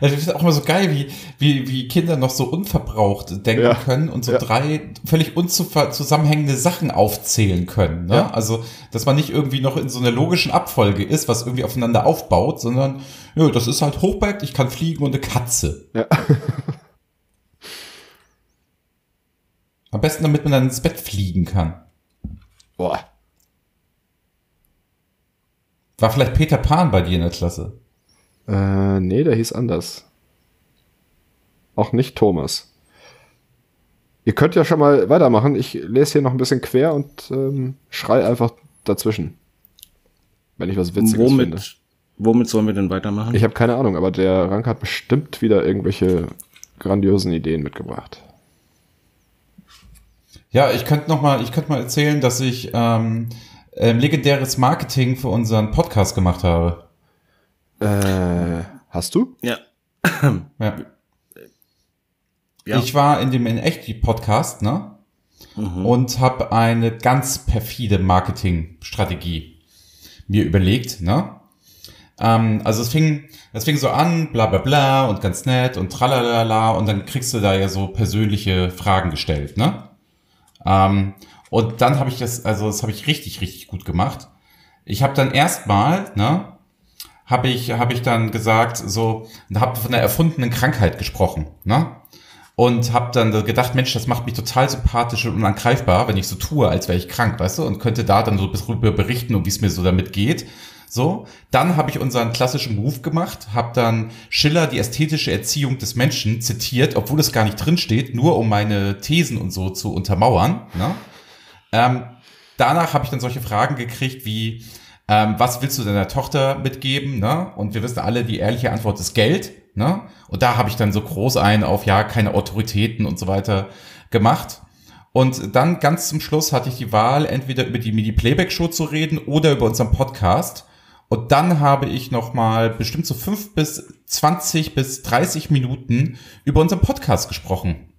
Speaker 1: Ja, Das ist auch immer so geil, wie, wie, wie Kinder noch so unverbraucht denken
Speaker 3: Ja.
Speaker 1: können und so
Speaker 3: Ja.
Speaker 1: drei völlig unzuver- zusammenhängende Sachen aufzählen können. Ne?
Speaker 3: Ja.
Speaker 1: Also, dass man nicht irgendwie noch in so einer logischen Abfolge ist, was irgendwie aufeinander aufbaut, sondern, ja, das ist halt Hochberg, ich kann fliegen und eine Katze.
Speaker 3: Ja.
Speaker 1: Am besten, damit man dann ins Bett fliegen kann.
Speaker 3: Boah.
Speaker 1: War vielleicht Peter Pan bei dir in der Klasse?
Speaker 3: Äh, nee, der hieß anders. Auch nicht Thomas. Ihr könnt ja schon mal weitermachen. Ich lese hier noch ein bisschen quer und ähm, schrei einfach dazwischen. Wenn ich was Witziges finde.
Speaker 2: Womit, womit sollen wir denn weitermachen?
Speaker 3: Ich habe keine Ahnung, aber der Rank hat bestimmt wieder irgendwelche grandiosen Ideen mitgebracht.
Speaker 1: Ja, ich könnte noch mal, ich könnte mal erzählen, dass ich ähm, ähm, legendäres Marketing für unseren Podcast gemacht habe.
Speaker 3: Äh, hast du?
Speaker 2: ja.
Speaker 1: Ja.
Speaker 2: Ja.
Speaker 1: Äh, Ich war in dem in echt Podcast, ne? Und habe eine ganz perfide Marketingstrategie mir überlegt, ne? Ähm, also es fing, es fing so an, bla bla bla und ganz nett und tralalala und dann kriegst du da ja so persönliche Fragen gestellt, ne? Ähm, und dann habe ich das, also das habe ich richtig, richtig gut gemacht. Ich habe dann erstmal, ne, habe ich, habe ich dann gesagt, so, habe von einer erfundenen Krankheit gesprochen, ne? Und habe dann gedacht, Mensch, das macht mich total sympathisch und unangreifbar, wenn ich so tue, als wäre ich krank, weißt du, und könnte da dann so drüber berichten und wie es mir so damit geht. So, dann habe ich unseren klassischen Move gemacht, habe dann Schiller die ästhetische Erziehung des Menschen zitiert, obwohl es gar nicht drin steht, nur um meine Thesen und so zu untermauern. Ne? Ähm, danach habe ich dann solche Fragen gekriegt wie, ähm, was willst du deiner Tochter mitgeben? Ne? Und wir wissen alle, die ehrliche Antwort ist Geld. Ne? Und da habe ich dann so groß einen auf, ja, keine Autoritäten und so weiter gemacht. Und dann ganz zum Schluss hatte ich die Wahl, entweder über die Mini-Playback-Show zu reden oder über unseren Podcast. Und dann habe ich nochmal bestimmt so fünf bis 20 bis 30 Minuten über unseren Podcast gesprochen.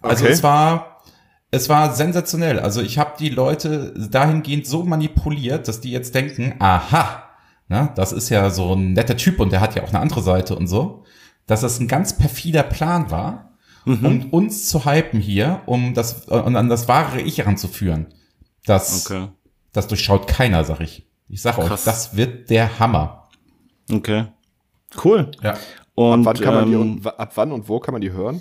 Speaker 1: Also
Speaker 3: Okay.
Speaker 1: es war, es war sensationell. Also ich habe die Leute dahingehend so manipuliert, dass die jetzt denken, aha, na, das ist ja so ein netter Typ und der hat ja auch eine andere Seite und so, dass das ein ganz perfider Plan war, um uns zu hypen hier, um das und an das wahre Ich ranzuführen. Das,
Speaker 2: Okay.
Speaker 1: das durchschaut keiner, sag ich. Ich sag euch,
Speaker 2: Krass.
Speaker 1: das wird der Hammer.
Speaker 2: Okay. Cool.
Speaker 1: Ja.
Speaker 2: Und
Speaker 3: wann kann man die,
Speaker 2: ähm,
Speaker 3: und, wa- ab wann und wo kann man die hören?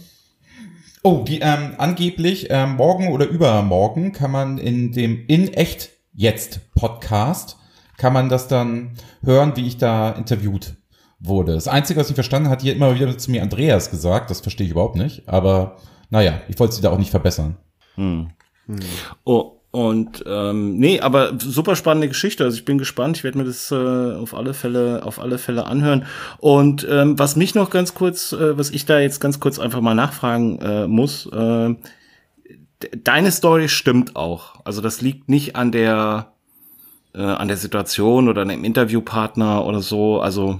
Speaker 1: Oh, die ähm, angeblich ähm, morgen oder übermorgen kann man in dem in echt jetzt Podcast kann man das dann hören, wie ich da interviewt wurde. Das Einzige, was ich verstanden hat, hier immer wieder zu mir Andreas gesagt. Das verstehe ich überhaupt nicht. Aber naja, ich wollte sie da auch nicht verbessern.
Speaker 2: hm.
Speaker 3: Hm.
Speaker 2: Oh, und ähm, nee, aber super spannende Geschichte. Also ich bin gespannt. Ich werde mir das äh, auf alle Fälle, auf alle Fälle anhören. Und ähm, was mich noch ganz kurz, äh, was ich da jetzt ganz kurz einfach mal nachfragen äh, muss, äh, de- deine Story stimmt auch. Also das liegt nicht an der äh, an der Situation oder an dem Interviewpartner oder so. Also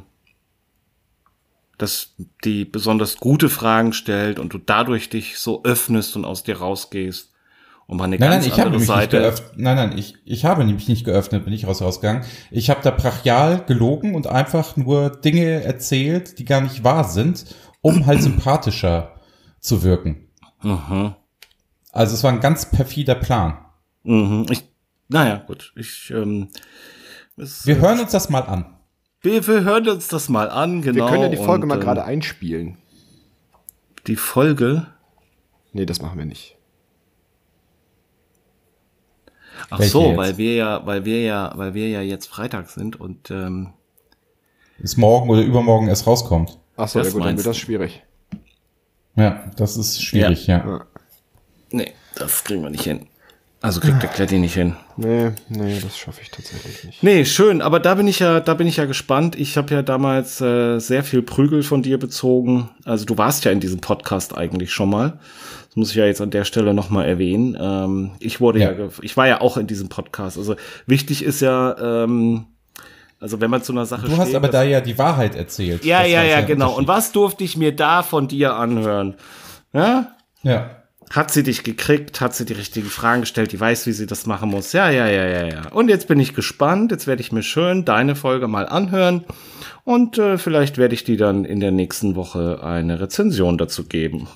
Speaker 2: dass die besonders gute Fragen stellt und du dadurch dich so öffnest und aus dir rausgehst. Und mal eine
Speaker 1: Nein, nein,
Speaker 2: ganz
Speaker 1: ich habe
Speaker 2: andere
Speaker 1: mich nicht
Speaker 2: Seite.
Speaker 1: geöffnet. Nein, nein, ich, ich habe nämlich nicht geöffnet, bin ich raus rausgegangen. Ich habe da brachial gelogen und einfach nur Dinge erzählt, die gar nicht wahr sind, um halt sympathischer zu wirken.
Speaker 2: Mhm.
Speaker 1: Also es war ein ganz perfider Plan.
Speaker 2: Mhm. Ich, naja, gut. Ich, ähm, es,
Speaker 1: Wir hören uns das mal an.
Speaker 2: wir, wir hören uns das mal an,
Speaker 3: Wir
Speaker 2: genau.
Speaker 3: können ja die Folge
Speaker 2: und,
Speaker 3: mal
Speaker 2: ähm,
Speaker 3: gerade einspielen.
Speaker 2: Die Folge.
Speaker 3: Nee, das machen wir nicht.
Speaker 2: Ach
Speaker 1: Welche
Speaker 2: so,
Speaker 1: jetzt?
Speaker 2: weil wir ja, weil wir ja, weil wir ja jetzt Freitag sind und ähm,
Speaker 1: Ist morgen oder übermorgen erst rauskommt.
Speaker 3: Achso,
Speaker 2: Das
Speaker 3: ja gut, dann
Speaker 2: meinst
Speaker 3: wird
Speaker 2: du.
Speaker 3: das schwierig.
Speaker 1: Ja, das ist schwierig, ja.
Speaker 3: Ja.
Speaker 2: nee, das kriegen wir nicht hin. Also kriegt der Kletti nicht hin.
Speaker 3: Nee, nee, das schaffe ich tatsächlich nicht.
Speaker 2: Nee, schön, aber da bin ich ja, da bin ich ja gespannt. Ich habe ja damals äh, sehr viel Prügel von dir bezogen. Also du warst ja in diesem Podcast eigentlich schon mal. Das muss ich ja jetzt an der Stelle nochmal erwähnen. Ähm, ich wurde ja.
Speaker 1: Ja.
Speaker 2: ge- ich war ja auch in diesem Podcast. Also wichtig ist ja, ähm, also wenn man zu einer Sache
Speaker 1: Du hast
Speaker 2: steht,
Speaker 1: aber
Speaker 2: dass-
Speaker 1: da ja die Wahrheit erzählt.
Speaker 2: ja,
Speaker 1: Das
Speaker 2: ja,
Speaker 1: war
Speaker 2: ja,
Speaker 1: der
Speaker 2: genau. Und
Speaker 1: Unterschied.
Speaker 2: was durfte ich mir da von dir anhören? Ja?
Speaker 1: Ja.
Speaker 2: Hat sie dich gekriegt? Hat sie die richtigen Fragen gestellt? Die weiß, wie sie das machen muss. Ja, ja, ja, ja, ja. Und jetzt bin ich gespannt. Jetzt werde ich mir schön deine Folge mal anhören. Und äh, vielleicht werde ich die dann in der nächsten Woche eine Rezension dazu geben.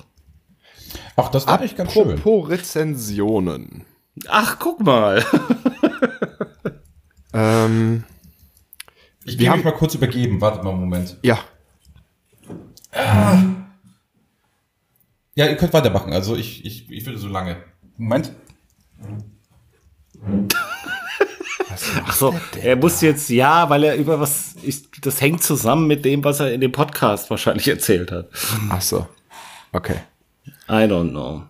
Speaker 1: Ach, das fand ich ganz schön.
Speaker 3: Apropos Rezensionen.
Speaker 2: Ach, guck mal.
Speaker 3: Ähm,
Speaker 1: Ich
Speaker 3: Wir
Speaker 1: gehe
Speaker 3: haben-
Speaker 1: mich mal kurz übergeben. Warte mal einen Moment.
Speaker 3: ja,
Speaker 1: Ja, ihr könnt weitermachen. Also ich, ich, ich würde so lange. Moment.
Speaker 2: Ach so, er muss jetzt ja, weil er über was. Ich, das hängt zusammen mit dem, was er in dem Podcast wahrscheinlich erzählt hat.
Speaker 3: achso. Okay.
Speaker 2: I don't know.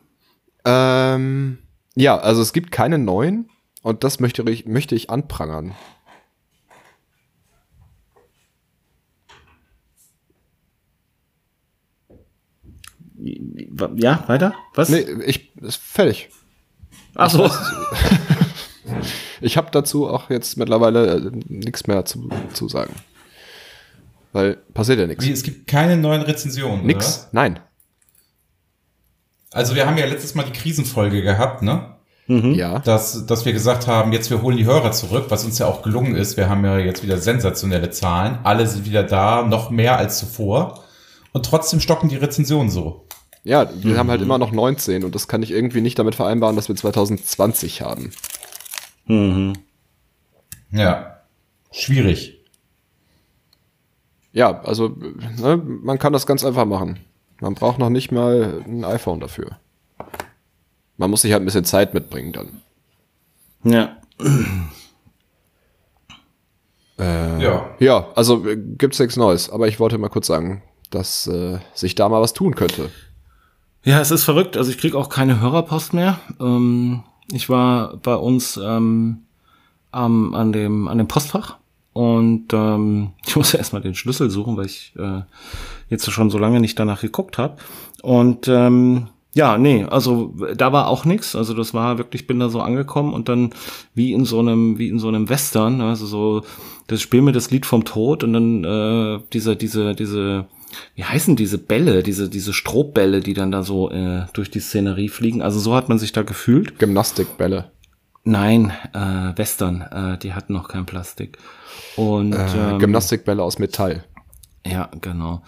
Speaker 3: Ähm, ja, also es gibt keine neuen und das möchte ich, möchte ich anprangern.
Speaker 2: Ja, weiter? Was?
Speaker 3: Nee, ich ist fertig.
Speaker 2: Ach so.
Speaker 3: Ich habe dazu auch jetzt mittlerweile äh, nichts mehr zu, zu sagen. Weil passiert ja nichts.
Speaker 1: Wie, es gibt keine neuen Rezensionen.
Speaker 3: Nix? Nein.
Speaker 1: Oder? Also wir haben ja letztes Mal die Krisenfolge gehabt, ne?
Speaker 3: Ja.
Speaker 1: Dass, dass wir gesagt haben, jetzt wir holen die Hörer zurück, was uns ja auch gelungen ist. Wir haben ja jetzt wieder sensationelle Zahlen. Alle sind wieder da, noch mehr als zuvor. Und trotzdem stocken die Rezensionen so.
Speaker 3: Ja, wir haben halt immer noch 19 und das kann ich irgendwie nicht damit vereinbaren, dass wir 2020 haben.
Speaker 2: mhm.
Speaker 1: Ja. Schwierig.
Speaker 3: Ja, also ne, man kann das ganz einfach machen. Man braucht noch nicht mal ein iPhone dafür. Man muss sich halt ein bisschen Zeit mitbringen dann.
Speaker 2: Ja.
Speaker 1: Ja.
Speaker 3: Ja, also äh, gibt's nichts Neues, aber ich wollte mal kurz sagen, dass äh, sich da mal was tun könnte.
Speaker 2: Ja, es ist verrückt. Also ich krieg auch keine Hörerpost mehr. Ähm, ich war bei uns ähm, am, an, dem, an dem Postfach und ähm, ich musste erstmal den Schlüssel suchen, weil ich äh, jetzt schon so lange nicht danach geguckt habe. Und ähm, ja, nee, also da war auch nichts. Also das war wirklich, ich bin da so angekommen und dann wie in so einem, wie in so einem Western, also so, das spiel mir das Lied vom Tod und dann äh, diese, diese, diese, wie heißen diese Bälle, diese, diese Strohbälle, die dann da so äh, durch die Szenerie fliegen. Also so hat man sich da gefühlt.
Speaker 3: Gymnastikbälle.
Speaker 2: Nein, äh, Western, äh, die hatten noch kein Plastik. Und
Speaker 3: Äh,
Speaker 2: ähm,
Speaker 3: Gymnastikbälle aus Metall.
Speaker 2: ja, genau.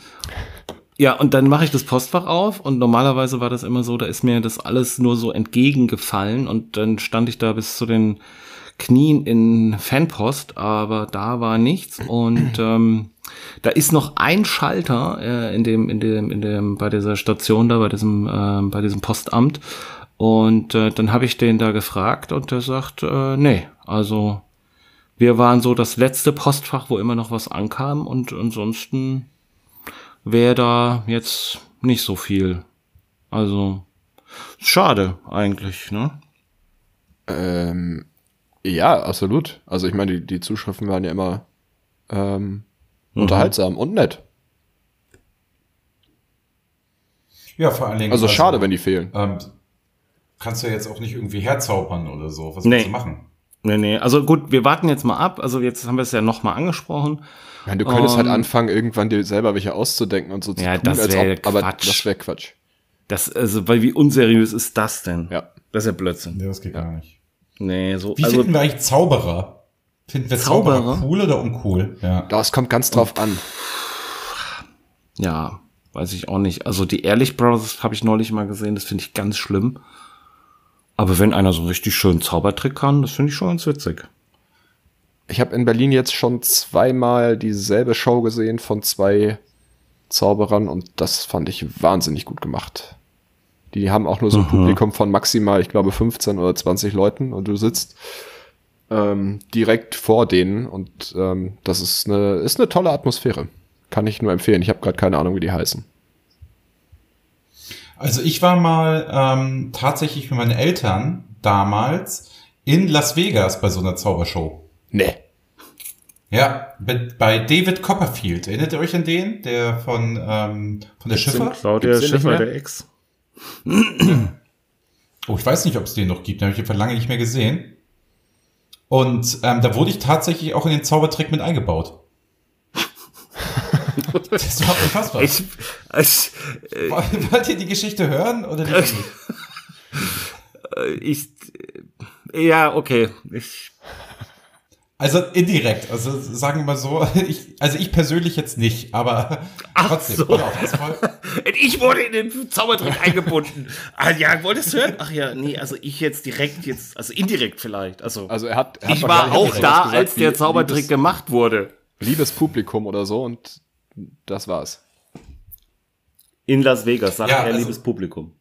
Speaker 2: Ja, und dann mache ich das Postfach auf und normalerweise war das immer so, da ist mir das alles nur so entgegengefallen und dann stand ich da bis zu den Knien in Fanpost, aber da war nichts und ähm, da ist noch ein Schalter äh, in dem in dem in dem bei dieser Station da bei diesem ähm, bei diesem Postamt und äh, dann habe ich den da gefragt und der sagt äh, nee, also wir waren so das letzte Postfach, wo immer noch was ankam und ansonsten wäre da jetzt nicht so viel. Also schade eigentlich, ne?
Speaker 3: Ähm, ja, absolut. Also ich meine, die, die Zuschriften waren ja immer ähm,
Speaker 2: Mhm.
Speaker 3: unterhaltsam und nett.
Speaker 1: Ja, vor allen Dingen.
Speaker 3: Also schade, wenn die fehlen.
Speaker 1: Ähm, kannst du ja jetzt auch nicht irgendwie herzaubern oder so. Was
Speaker 2: Nee.
Speaker 1: willst du machen?
Speaker 2: Nee, nee. Also gut, wir warten jetzt mal ab. Also jetzt haben wir es ja nochmal angesprochen.
Speaker 3: Ich meine, du könntest halt
Speaker 2: Ähm.
Speaker 3: anfangen, irgendwann dir selber welche auszudenken und so zu
Speaker 2: Ja, das wäre
Speaker 3: aber
Speaker 2: Quatsch.
Speaker 3: das wäre Quatsch.
Speaker 2: Das, also, weil wie unseriös ist das denn?
Speaker 3: Ja.
Speaker 2: Das ist ja Blödsinn.
Speaker 1: Nee, das geht gar nicht.
Speaker 2: Nee, so.
Speaker 1: Wie
Speaker 2: also,
Speaker 1: finden wir eigentlich Zauberer? Finden wir Zauberer,
Speaker 2: Zauberer?
Speaker 1: cool oder uncool? Ja.
Speaker 3: Das kommt ganz drauf an.
Speaker 2: ja, weiß ich auch nicht. Also die Ehrlich Brothers habe ich neulich mal gesehen, das finde ich ganz schlimm. Aber wenn einer so einen richtig schönen Zaubertrick kann, das finde ich schon ganz witzig.
Speaker 3: Ich habe in Berlin jetzt schon zweimal dieselbe Show gesehen von zwei Zauberern und das fand ich wahnsinnig gut gemacht. Die haben auch nur so ein Publikum von maximal, ich glaube, 15 oder 20 Leuten und du sitzt ähm, direkt vor denen und ähm, das ist eine, ist eine tolle Atmosphäre. Kann ich nur empfehlen. Ich habe gerade keine Ahnung, wie die heißen.
Speaker 1: Also ich war mal ähm, tatsächlich mit meinen Eltern damals in Las Vegas bei so einer Zaubershow.
Speaker 3: Nee.
Speaker 1: Ja, bei- bei David Copperfield. Erinnert ihr euch an den? Der von, ähm, von der Schiffer?
Speaker 2: Claudia
Speaker 3: Gibt's den nicht
Speaker 2: Schiffer,
Speaker 3: mehr?
Speaker 2: der Ex.
Speaker 1: Oh, ich weiß nicht, ob es den noch gibt. Den habe ich jedenfalls lange nicht mehr gesehen. Und ähm, da wurde ich tatsächlich auch in den Zaubertrick mit eingebaut. das war unfassbar.
Speaker 2: Ich, ich,
Speaker 1: Wollt wollt ihr die Geschichte hören oder lieber nicht?
Speaker 2: ich, äh, ja, okay. Ich,
Speaker 1: Also indirekt, also sagen wir mal so, ich, also ich persönlich jetzt nicht, aber trotzdem.
Speaker 2: so.
Speaker 1: Pass auf, erstmal.
Speaker 2: ich wurde in den Zaubertrick eingebunden. Ah ja, wolltest du hören? Ach ja, nee, also ich jetzt direkt jetzt, also indirekt vielleicht. Also,
Speaker 3: Also er hat. Er
Speaker 2: ich
Speaker 3: hat
Speaker 2: war
Speaker 3: wahrscheinlich
Speaker 2: auch
Speaker 3: etwas
Speaker 2: da,
Speaker 3: gesagt
Speaker 2: als
Speaker 3: wie
Speaker 2: der Zaubertrick
Speaker 3: Liebes,
Speaker 2: gemacht wurde.
Speaker 3: liebes Publikum oder so und das war's.
Speaker 2: In Las Vegas, sagt
Speaker 1: Ja,
Speaker 2: er,
Speaker 1: also-
Speaker 2: liebes Publikum.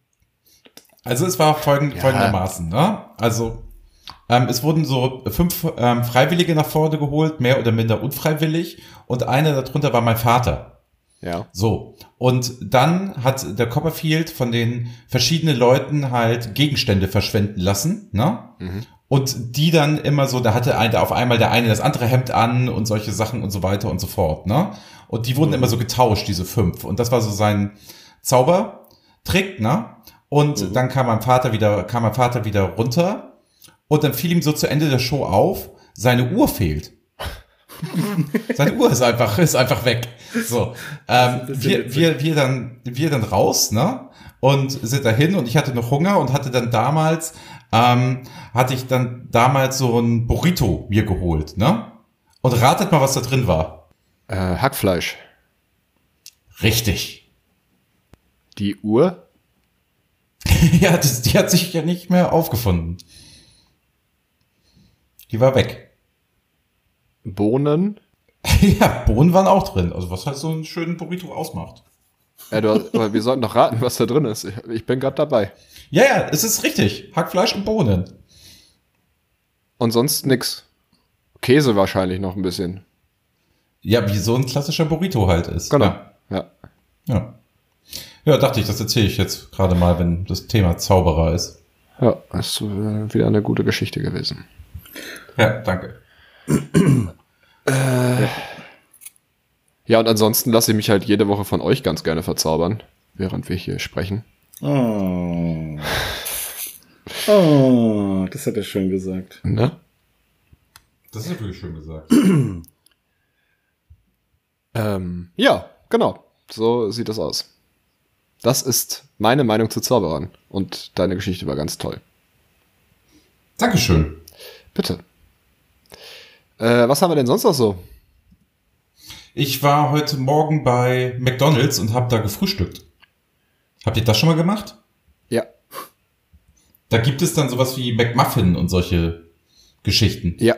Speaker 1: Also es war folgend, folgendermaßen, ne? Also ähm, es wurden so fünf ähm, Freiwillige nach vorne geholt, mehr oder minder unfreiwillig, und einer darunter war mein Vater.
Speaker 3: Ja.
Speaker 1: So. Und dann hat der Copperfield von den verschiedenen Leuten halt Gegenstände verschwenden lassen, ne? Und die dann immer so, da hatte ein, auf einmal der eine das andere Hemd an und solche Sachen und so weiter und so fort, ne? Und die wurden immer so getauscht, diese fünf. Und das war so sein Zaubertrick, ne? Und dann kam mein Vater wieder, kam mein Vater wieder runter. Und dann fiel ihm so zu Ende der Show auf, seine Uhr fehlt. Seine Uhr ist einfach, ist einfach weg. So. Ähm, wir, wir, wir, dann, wir dann raus, ne? Und sind dahin und ich hatte noch Hunger und hatte dann damals, ähm, hatte ich dann damals so ein Burrito mir geholt, ne? Und ratet mal, was da drin war.
Speaker 3: Äh, Hackfleisch.
Speaker 1: Richtig.
Speaker 3: Die Uhr
Speaker 1: Ja, das, die hat sich ja nicht mehr aufgefunden. Die war weg.
Speaker 3: Bohnen.
Speaker 1: Ja, Bohnen waren auch drin. Also was halt so einen schönen Burrito ausmacht.
Speaker 3: Äh, du, aber wir sollten doch raten, was da drin ist. Ich, ich bin gerade dabei.
Speaker 1: Ja, ja, es ist richtig. Hackfleisch und Bohnen.
Speaker 3: Und sonst nix. Käse wahrscheinlich noch ein bisschen.
Speaker 1: Ja, wie so ein klassischer Burrito halt ist.
Speaker 3: Genau.
Speaker 1: Ja.
Speaker 3: Ja.
Speaker 1: Ja, ja dachte ich, das erzähle ich jetzt gerade mal, wenn das Thema Zauberer ist.
Speaker 3: Ja, ist äh, wieder eine gute Geschichte gewesen.
Speaker 1: Ja, danke.
Speaker 3: Ja, und ansonsten lasse ich mich halt jede Woche von euch ganz gerne verzaubern, während wir hier sprechen.
Speaker 2: Oh. oh, das hat er schön gesagt.
Speaker 3: Ne?
Speaker 1: Das ist wirklich schön gesagt.
Speaker 3: Ähm, ja, genau. So sieht das aus. Das ist meine Meinung zu Zauberern. Und deine Geschichte war ganz toll.
Speaker 1: Dankeschön.
Speaker 3: Bitte. Äh, was haben wir denn sonst noch so?
Speaker 1: Ich war heute Morgen bei McDonalds und habe da gefrühstückt. Habt ihr das schon mal gemacht?
Speaker 3: Ja,
Speaker 1: Da gibt es dann sowas wie McMuffin und solche Geschichten.
Speaker 3: ja,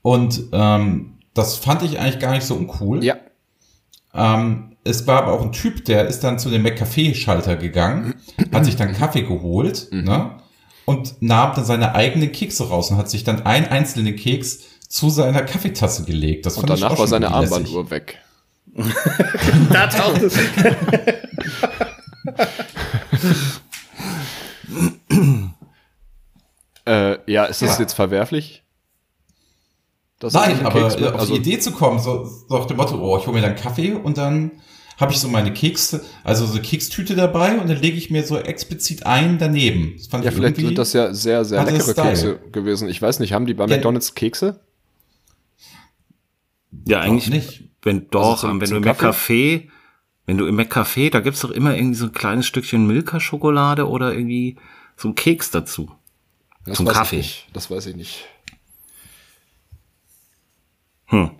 Speaker 1: Und ähm, das fand ich eigentlich gar nicht so uncool.
Speaker 3: ja.
Speaker 1: Ähm, es war aber auch ein Typ, der ist dann zu dem McCafé-Schalter gegangen, hat sich dann Kaffee geholt
Speaker 3: Mhm.
Speaker 1: ne, und nahm dann seine eigenen Kekse raus und hat sich dann einen einzelnen Keks zu seiner Kaffeetasse gelegt. Das
Speaker 3: Und
Speaker 1: fand ich auch
Speaker 3: danach
Speaker 1: schon
Speaker 3: war seine
Speaker 1: irgendwie lässig.
Speaker 3: Armbanduhr weg.
Speaker 2: Da taucht es.
Speaker 3: Äh, ja, ist das
Speaker 1: Ja.
Speaker 3: jetzt verwerflich? Das
Speaker 1: Nein, aber
Speaker 3: Keks
Speaker 1: äh,
Speaker 3: mit,
Speaker 1: auf
Speaker 3: also,
Speaker 1: die Idee zu kommen, so, so auf dem Motto, oh, ich hole mir dann Kaffee und dann habe ich so meine Kekse, also so eine Kekstüte dabei und dann lege ich mir so explizit einen daneben. Das fand
Speaker 3: Ja,
Speaker 1: ich
Speaker 3: vielleicht
Speaker 1: irgendwie-
Speaker 3: sind das ja sehr, sehr
Speaker 1: hat das
Speaker 3: leckere
Speaker 1: Style.
Speaker 3: Kekse gewesen. Ich weiß nicht, haben die bei
Speaker 1: Ja.
Speaker 3: McDonalds Kekse?
Speaker 2: Ja,
Speaker 1: Doch
Speaker 2: eigentlich
Speaker 1: nicht. Also
Speaker 2: Wenn doch,
Speaker 3: zum-
Speaker 2: wenn du
Speaker 3: zum
Speaker 2: im McCafé, wenn du im McCafé, da gibt's doch immer irgendwie so ein kleines Stückchen Milka-Schokolade oder irgendwie so einen Keks dazu.
Speaker 3: Das
Speaker 2: Zum
Speaker 3: weiß ich
Speaker 2: Kaffee.
Speaker 3: nicht. Das weiß ich nicht.
Speaker 2: Hm. Ja,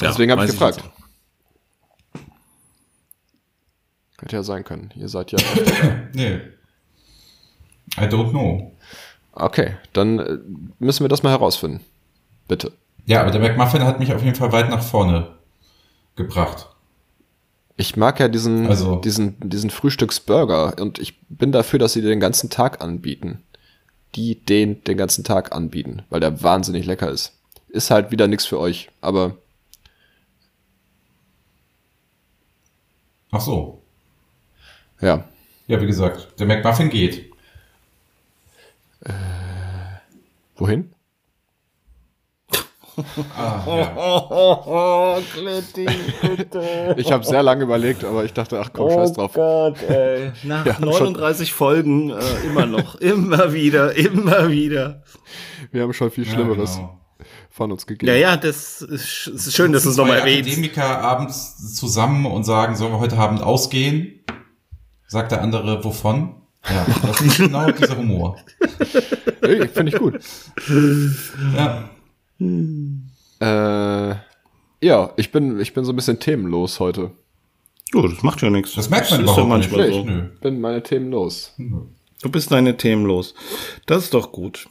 Speaker 3: Deswegen habe
Speaker 2: weiß
Speaker 3: ich gefragt.
Speaker 2: jetzt nicht.
Speaker 3: Hätte ja sein können. Ihr seid ja.
Speaker 1: Nee. I don't know.
Speaker 3: Okay, dann äh, müssen wir das mal herausfinden. Bitte.
Speaker 1: Ja, aber der McMuffin hat mich auf jeden Fall weit nach vorne gebracht.
Speaker 3: Ich mag ja diesen,
Speaker 1: Also-
Speaker 3: diesen, diesen Frühstücksburger und ich bin dafür, dass sie den ganzen Tag anbieten. Die den den ganzen Tag anbieten, weil der wahnsinnig lecker ist. Ist halt wieder nichts für euch, aber
Speaker 1: Ach so.
Speaker 3: ja.
Speaker 1: Ja, wie gesagt, der McMuffin geht.
Speaker 3: Wohin?
Speaker 1: Ah, ja.
Speaker 3: Ich habe sehr lange überlegt, aber ich dachte, ach komm, scheiß drauf.
Speaker 2: Nach 39 Folgen äh, immer noch, immer wieder, immer wieder.
Speaker 3: Wir haben schon viel Schlimmeres
Speaker 1: Ja, genau.
Speaker 3: von uns gegeben.
Speaker 2: Ja, ja, das ist, sch- ist schön, dass du es
Speaker 1: Zwei
Speaker 2: nochmal erwähnst.
Speaker 1: Akademiker abends zusammen und sagen, sollen wir heute Abend ausgehen? Sagt der andere, wovon? Ja, das ist genau dieser Humor.
Speaker 3: Ey, Finde ich gut.
Speaker 1: Ja.
Speaker 3: Äh, ja, ich bin, ich bin so ein bisschen themenlos heute.
Speaker 2: Du, das macht ja nichts.
Speaker 1: Das merkt man
Speaker 2: ist ja
Speaker 1: überhaupt nicht.
Speaker 2: manchmal
Speaker 1: Schlecht. ne?
Speaker 2: so.
Speaker 1: Nö.
Speaker 3: Bin meine Themen los.
Speaker 2: Du bist deine Themen los. Das ist doch gut.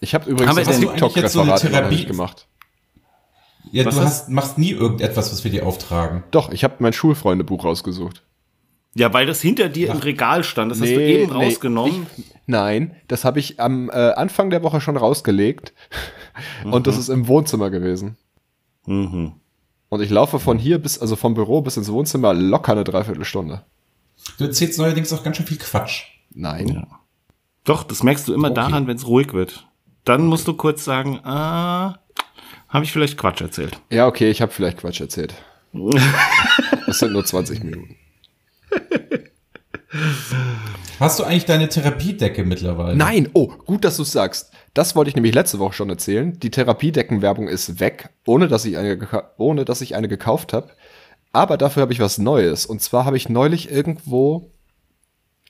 Speaker 3: Ich habe übrigens
Speaker 2: Haben
Speaker 1: Hast du
Speaker 2: wir denn-
Speaker 3: das
Speaker 1: eigentlich jetzt
Speaker 3: TikTok-Referat
Speaker 1: so eine
Speaker 3: immer noch
Speaker 1: Therapie-
Speaker 3: nicht gemacht.
Speaker 1: Ja,
Speaker 2: Was
Speaker 1: du
Speaker 2: ist-
Speaker 1: hast, machst nie irgendetwas, was wir dir auftragen.
Speaker 3: Doch, ich habe mein Schulfreundebuch rausgesucht.
Speaker 2: Ja, weil das hinter dir im Regal stand. Das hast du
Speaker 3: Nee,
Speaker 2: eben
Speaker 3: nee,
Speaker 2: rausgenommen.
Speaker 3: Nein, das habe ich am äh, Anfang der Woche schon rausgelegt. Und das ist im Wohnzimmer gewesen.
Speaker 2: Mhm.
Speaker 3: Und ich laufe von hier bis, also vom Büro bis ins Wohnzimmer locker eine Dreiviertelstunde.
Speaker 1: Du erzählst neuerdings auch ganz schön viel Quatsch.
Speaker 3: Nein.
Speaker 2: Ja. Doch, das merkst du immer
Speaker 1: Okay.
Speaker 2: daran, wenn es ruhig wird. Dann musst du kurz sagen, ah, habe ich vielleicht Quatsch erzählt.
Speaker 3: Ja, okay, ich habe vielleicht Quatsch erzählt. Es sind nur 20 Minuten.
Speaker 1: Hast du eigentlich deine Therapiedecke mittlerweile?
Speaker 3: Nein, oh, gut, dass du es sagst. Das wollte ich nämlich letzte Woche schon erzählen. Die Therapiedeckenwerbung ist weg, ohne dass ich eine, geka- ohne dass ich eine gekauft habe. Aber dafür habe ich was Neues. Und zwar habe ich neulich irgendwo,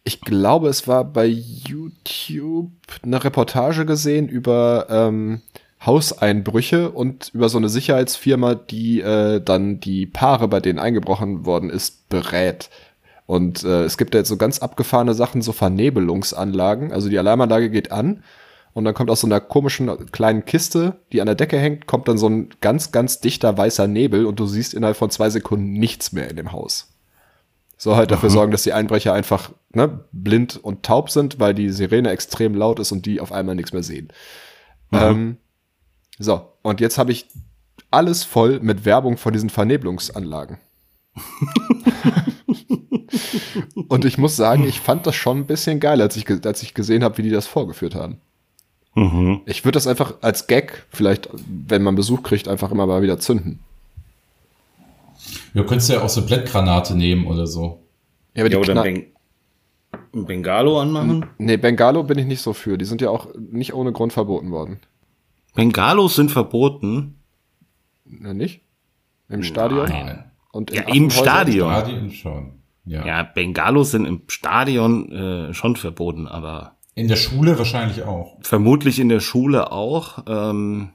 Speaker 3: ich glaube, es war bei YouTube, eine Reportage gesehen über ähm, Hauseinbrüche und über so eine Sicherheitsfirma, die äh, dann die Paare, bei denen eingebrochen worden ist, berät. Und äh, es gibt da jetzt so ganz abgefahrene Sachen, so Vernebelungsanlagen. Also die Alarmanlage geht an und dann kommt aus so einer komischen kleinen Kiste, die an der Decke hängt, kommt dann so ein ganz, ganz dichter weißer Nebel und du siehst innerhalb von zwei Sekunden nichts mehr in dem Haus. Soll halt dafür sorgen, dass die Einbrecher einfach ne, blind und taub sind, weil die Sirene extrem laut ist und die auf einmal nichts mehr sehen. Ähm, so, und jetzt habe ich alles voll mit Werbung von diesen Vernebelungsanlagen. und ich muss sagen, ich fand das schon ein bisschen geil, als ich, ge- als ich gesehen habe, wie die das vorgeführt haben.
Speaker 2: Mhm.
Speaker 3: Ich würde das einfach als Gag, vielleicht, wenn man Besuch kriegt, einfach immer mal wieder zünden.
Speaker 1: Du könntest ja auch so eine Blattgranate nehmen oder so.
Speaker 3: aber die
Speaker 2: Ja, oder
Speaker 3: Kna-
Speaker 2: ein, Ben ein Bengalo anmachen.
Speaker 3: Nee, Bengalo bin ich nicht so für. Die sind ja auch nicht ohne Grund verboten worden.
Speaker 2: Bengalos sind verboten.
Speaker 3: Ne, nicht? Im Stadion?
Speaker 2: Nein.
Speaker 3: Und in
Speaker 2: Ja, im
Speaker 3: Affenhäusern?
Speaker 1: Ja.
Speaker 2: Stadion.
Speaker 1: Radio schon. Ja.
Speaker 2: Ja, Bengalos sind im Stadion äh, schon verboten, aber
Speaker 1: In der Schule wahrscheinlich auch.
Speaker 2: vermutlich in der Schule auch. Ähm,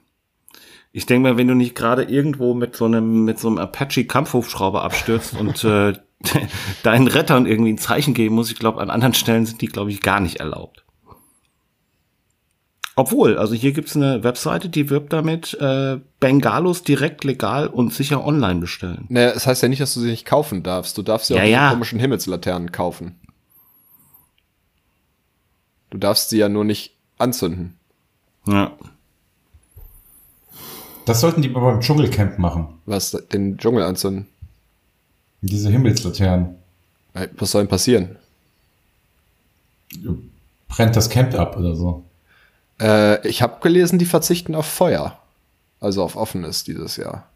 Speaker 2: ich denke mal, wenn du nicht gerade irgendwo mit so einem mit so einem Apache Kampfhubschrauber abstürzt und äh, deinen Rettern irgendwie ein Zeichen geben musst, ich glaube, an anderen Stellen sind die, glaube ich, gar nicht erlaubt. Obwohl, also hier gibt's eine Webseite, die wirbt damit, äh, Bengalos direkt legal und sicher online bestellen.
Speaker 3: Naja, Ne, es heißt ja nicht, dass du sie nicht kaufen darfst. Du darfst ja,
Speaker 2: Ja,
Speaker 3: auch
Speaker 2: ja.
Speaker 3: diese komischen Himmelslaternen kaufen. Du darfst sie ja nur nicht anzünden.
Speaker 2: Ja.
Speaker 1: Das sollten die mal beim Dschungelcamp machen.
Speaker 3: Was, den Dschungel anzünden?
Speaker 1: Diese Himmelslaternen.
Speaker 3: Ey, Was soll denn passieren?
Speaker 1: Brennt das Camp ab oder so.
Speaker 3: Äh, ich habe gelesen, die verzichten auf Feuer. Also auf offenes dieses Jahr.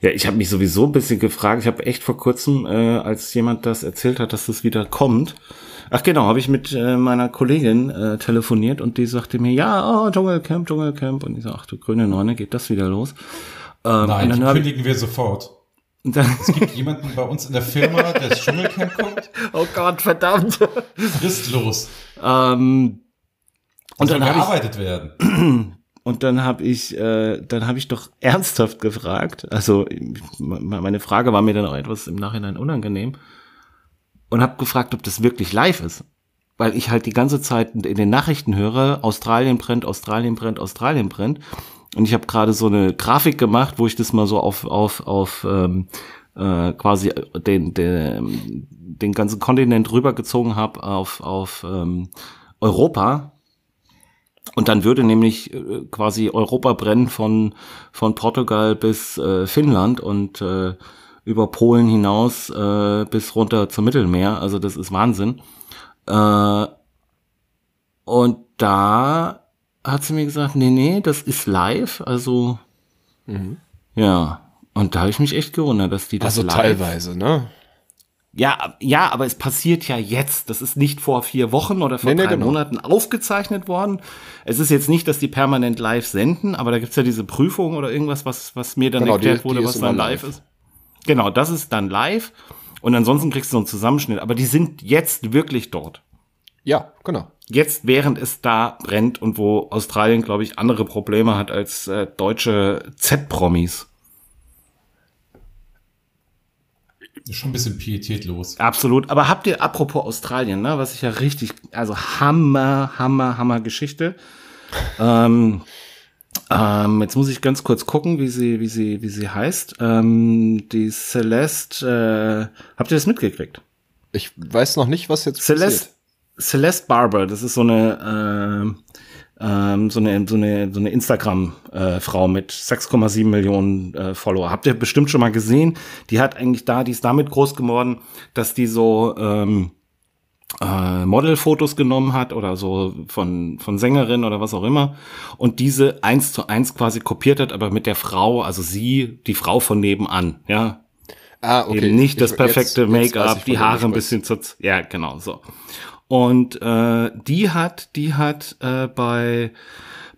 Speaker 2: Ja, ich habe mich sowieso ein bisschen gefragt. Ich habe echt vor kurzem, äh, als jemand das erzählt hat, dass das wieder kommt. Ach genau, habe ich mit äh, meiner Kollegin äh, telefoniert und die sagte mir, ja, oh, Dschungelcamp, Dschungelcamp. Und ich sage, ach du grüne Neune, geht das wieder los? Ähm,
Speaker 1: Nein,
Speaker 2: und
Speaker 1: die
Speaker 2: dann hab ich,
Speaker 1: kündigen wir sofort.
Speaker 2: und dann,
Speaker 1: Es gibt jemanden bei uns in der Firma, der das Dschungelcamp guckt,
Speaker 2: oh Gott, verdammt.
Speaker 1: fristlos.
Speaker 2: ähm,
Speaker 1: Und
Speaker 2: dann
Speaker 1: dann
Speaker 2: hab ich-
Speaker 1: bearbeitet werden.
Speaker 2: Und dann habe ich, äh, dann habe ich doch ernsthaft gefragt. Also m- me- meine Frage war mir dann auch etwas im Nachhinein unangenehm und habe gefragt, ob das wirklich live ist, weil ich halt die ganze Zeit in den Nachrichten höre, Australien brennt, Australien brennt, Australien brennt. Und ich habe gerade so eine Grafik gemacht, wo ich das mal so auf auf auf ähm, äh, quasi den den den ganzen Kontinent rübergezogen habe auf auf ähm, Europa, und dann würde nämlich äh, quasi Europa brennen von, von Portugal bis äh, Finnland und äh, über Polen hinaus äh, bis runter zum Mittelmeer. Also das ist Wahnsinn. Äh, und da hat sie mir gesagt, nee, nee, das ist live. Also ja. Und da habe ich mich echt gewundert, dass die das
Speaker 5: Also
Speaker 2: live
Speaker 5: teilweise, ne?
Speaker 2: ja, ab- ja, aber es passiert ja jetzt. Das ist nicht vor vier Wochen oder vor
Speaker 5: Nee, nee,
Speaker 2: drei
Speaker 5: genau.
Speaker 2: Monaten aufgezeichnet worden. Es ist jetzt nicht, dass die permanent live senden, aber da gibt's ja diese Prüfung oder irgendwas, was, was mir dann
Speaker 5: Genau, die-
Speaker 2: erklärt wurde,
Speaker 5: die
Speaker 2: was
Speaker 5: ist
Speaker 2: dann
Speaker 5: immer
Speaker 2: live
Speaker 5: live.
Speaker 2: ist. Genau, das ist dann live. Und ansonsten kriegst du so einen Zusammenschnitt. Aber die sind jetzt wirklich dort.
Speaker 5: Ja, genau.
Speaker 2: Jetzt, während es da brennt und wo Australien, glaube ich, andere Probleme hat als äh, deutsche Z-Promis.
Speaker 1: Ist Schon ein bisschen pietätlos.
Speaker 2: Absolut. Aber habt ihr, apropos Australien, ne, was ich ja richtig, also Hammer, Hammer, Hammer Geschichte. ähm, ähm, jetzt muss ich ganz kurz gucken, wie sie, wie sie, wie sie heißt. Ähm, die Celeste, äh, habt ihr das mitgekriegt?
Speaker 5: Ich weiß noch nicht, was jetzt
Speaker 2: Celeste, Celeste Barber, das ist so eine, äh, ähm, so eine, so eine, so eine Instagram-Frau mit 6,7 Millionen äh, Follower. Habt ihr bestimmt schon mal gesehen. Die hat eigentlich da, die ist damit groß geworden, dass die so ähm, äh, Modelfotos genommen hat oder so von, von Sängerin oder was auch immer und diese eins zu eins quasi kopiert hat, aber mit der Frau, also sie, die Frau von nebenan, ja,
Speaker 5: passiert. Ah, okay.
Speaker 2: Eben nicht
Speaker 5: Ich-
Speaker 2: das
Speaker 5: jetzt-
Speaker 2: perfekte
Speaker 5: jetzt weiß
Speaker 2: Make-up,
Speaker 5: ich, von
Speaker 2: die
Speaker 5: wem
Speaker 2: Haare
Speaker 5: du
Speaker 2: ein
Speaker 5: sprichst.
Speaker 2: bisschen zu. Ja, genau so. Und äh, die hat, die hat äh, bei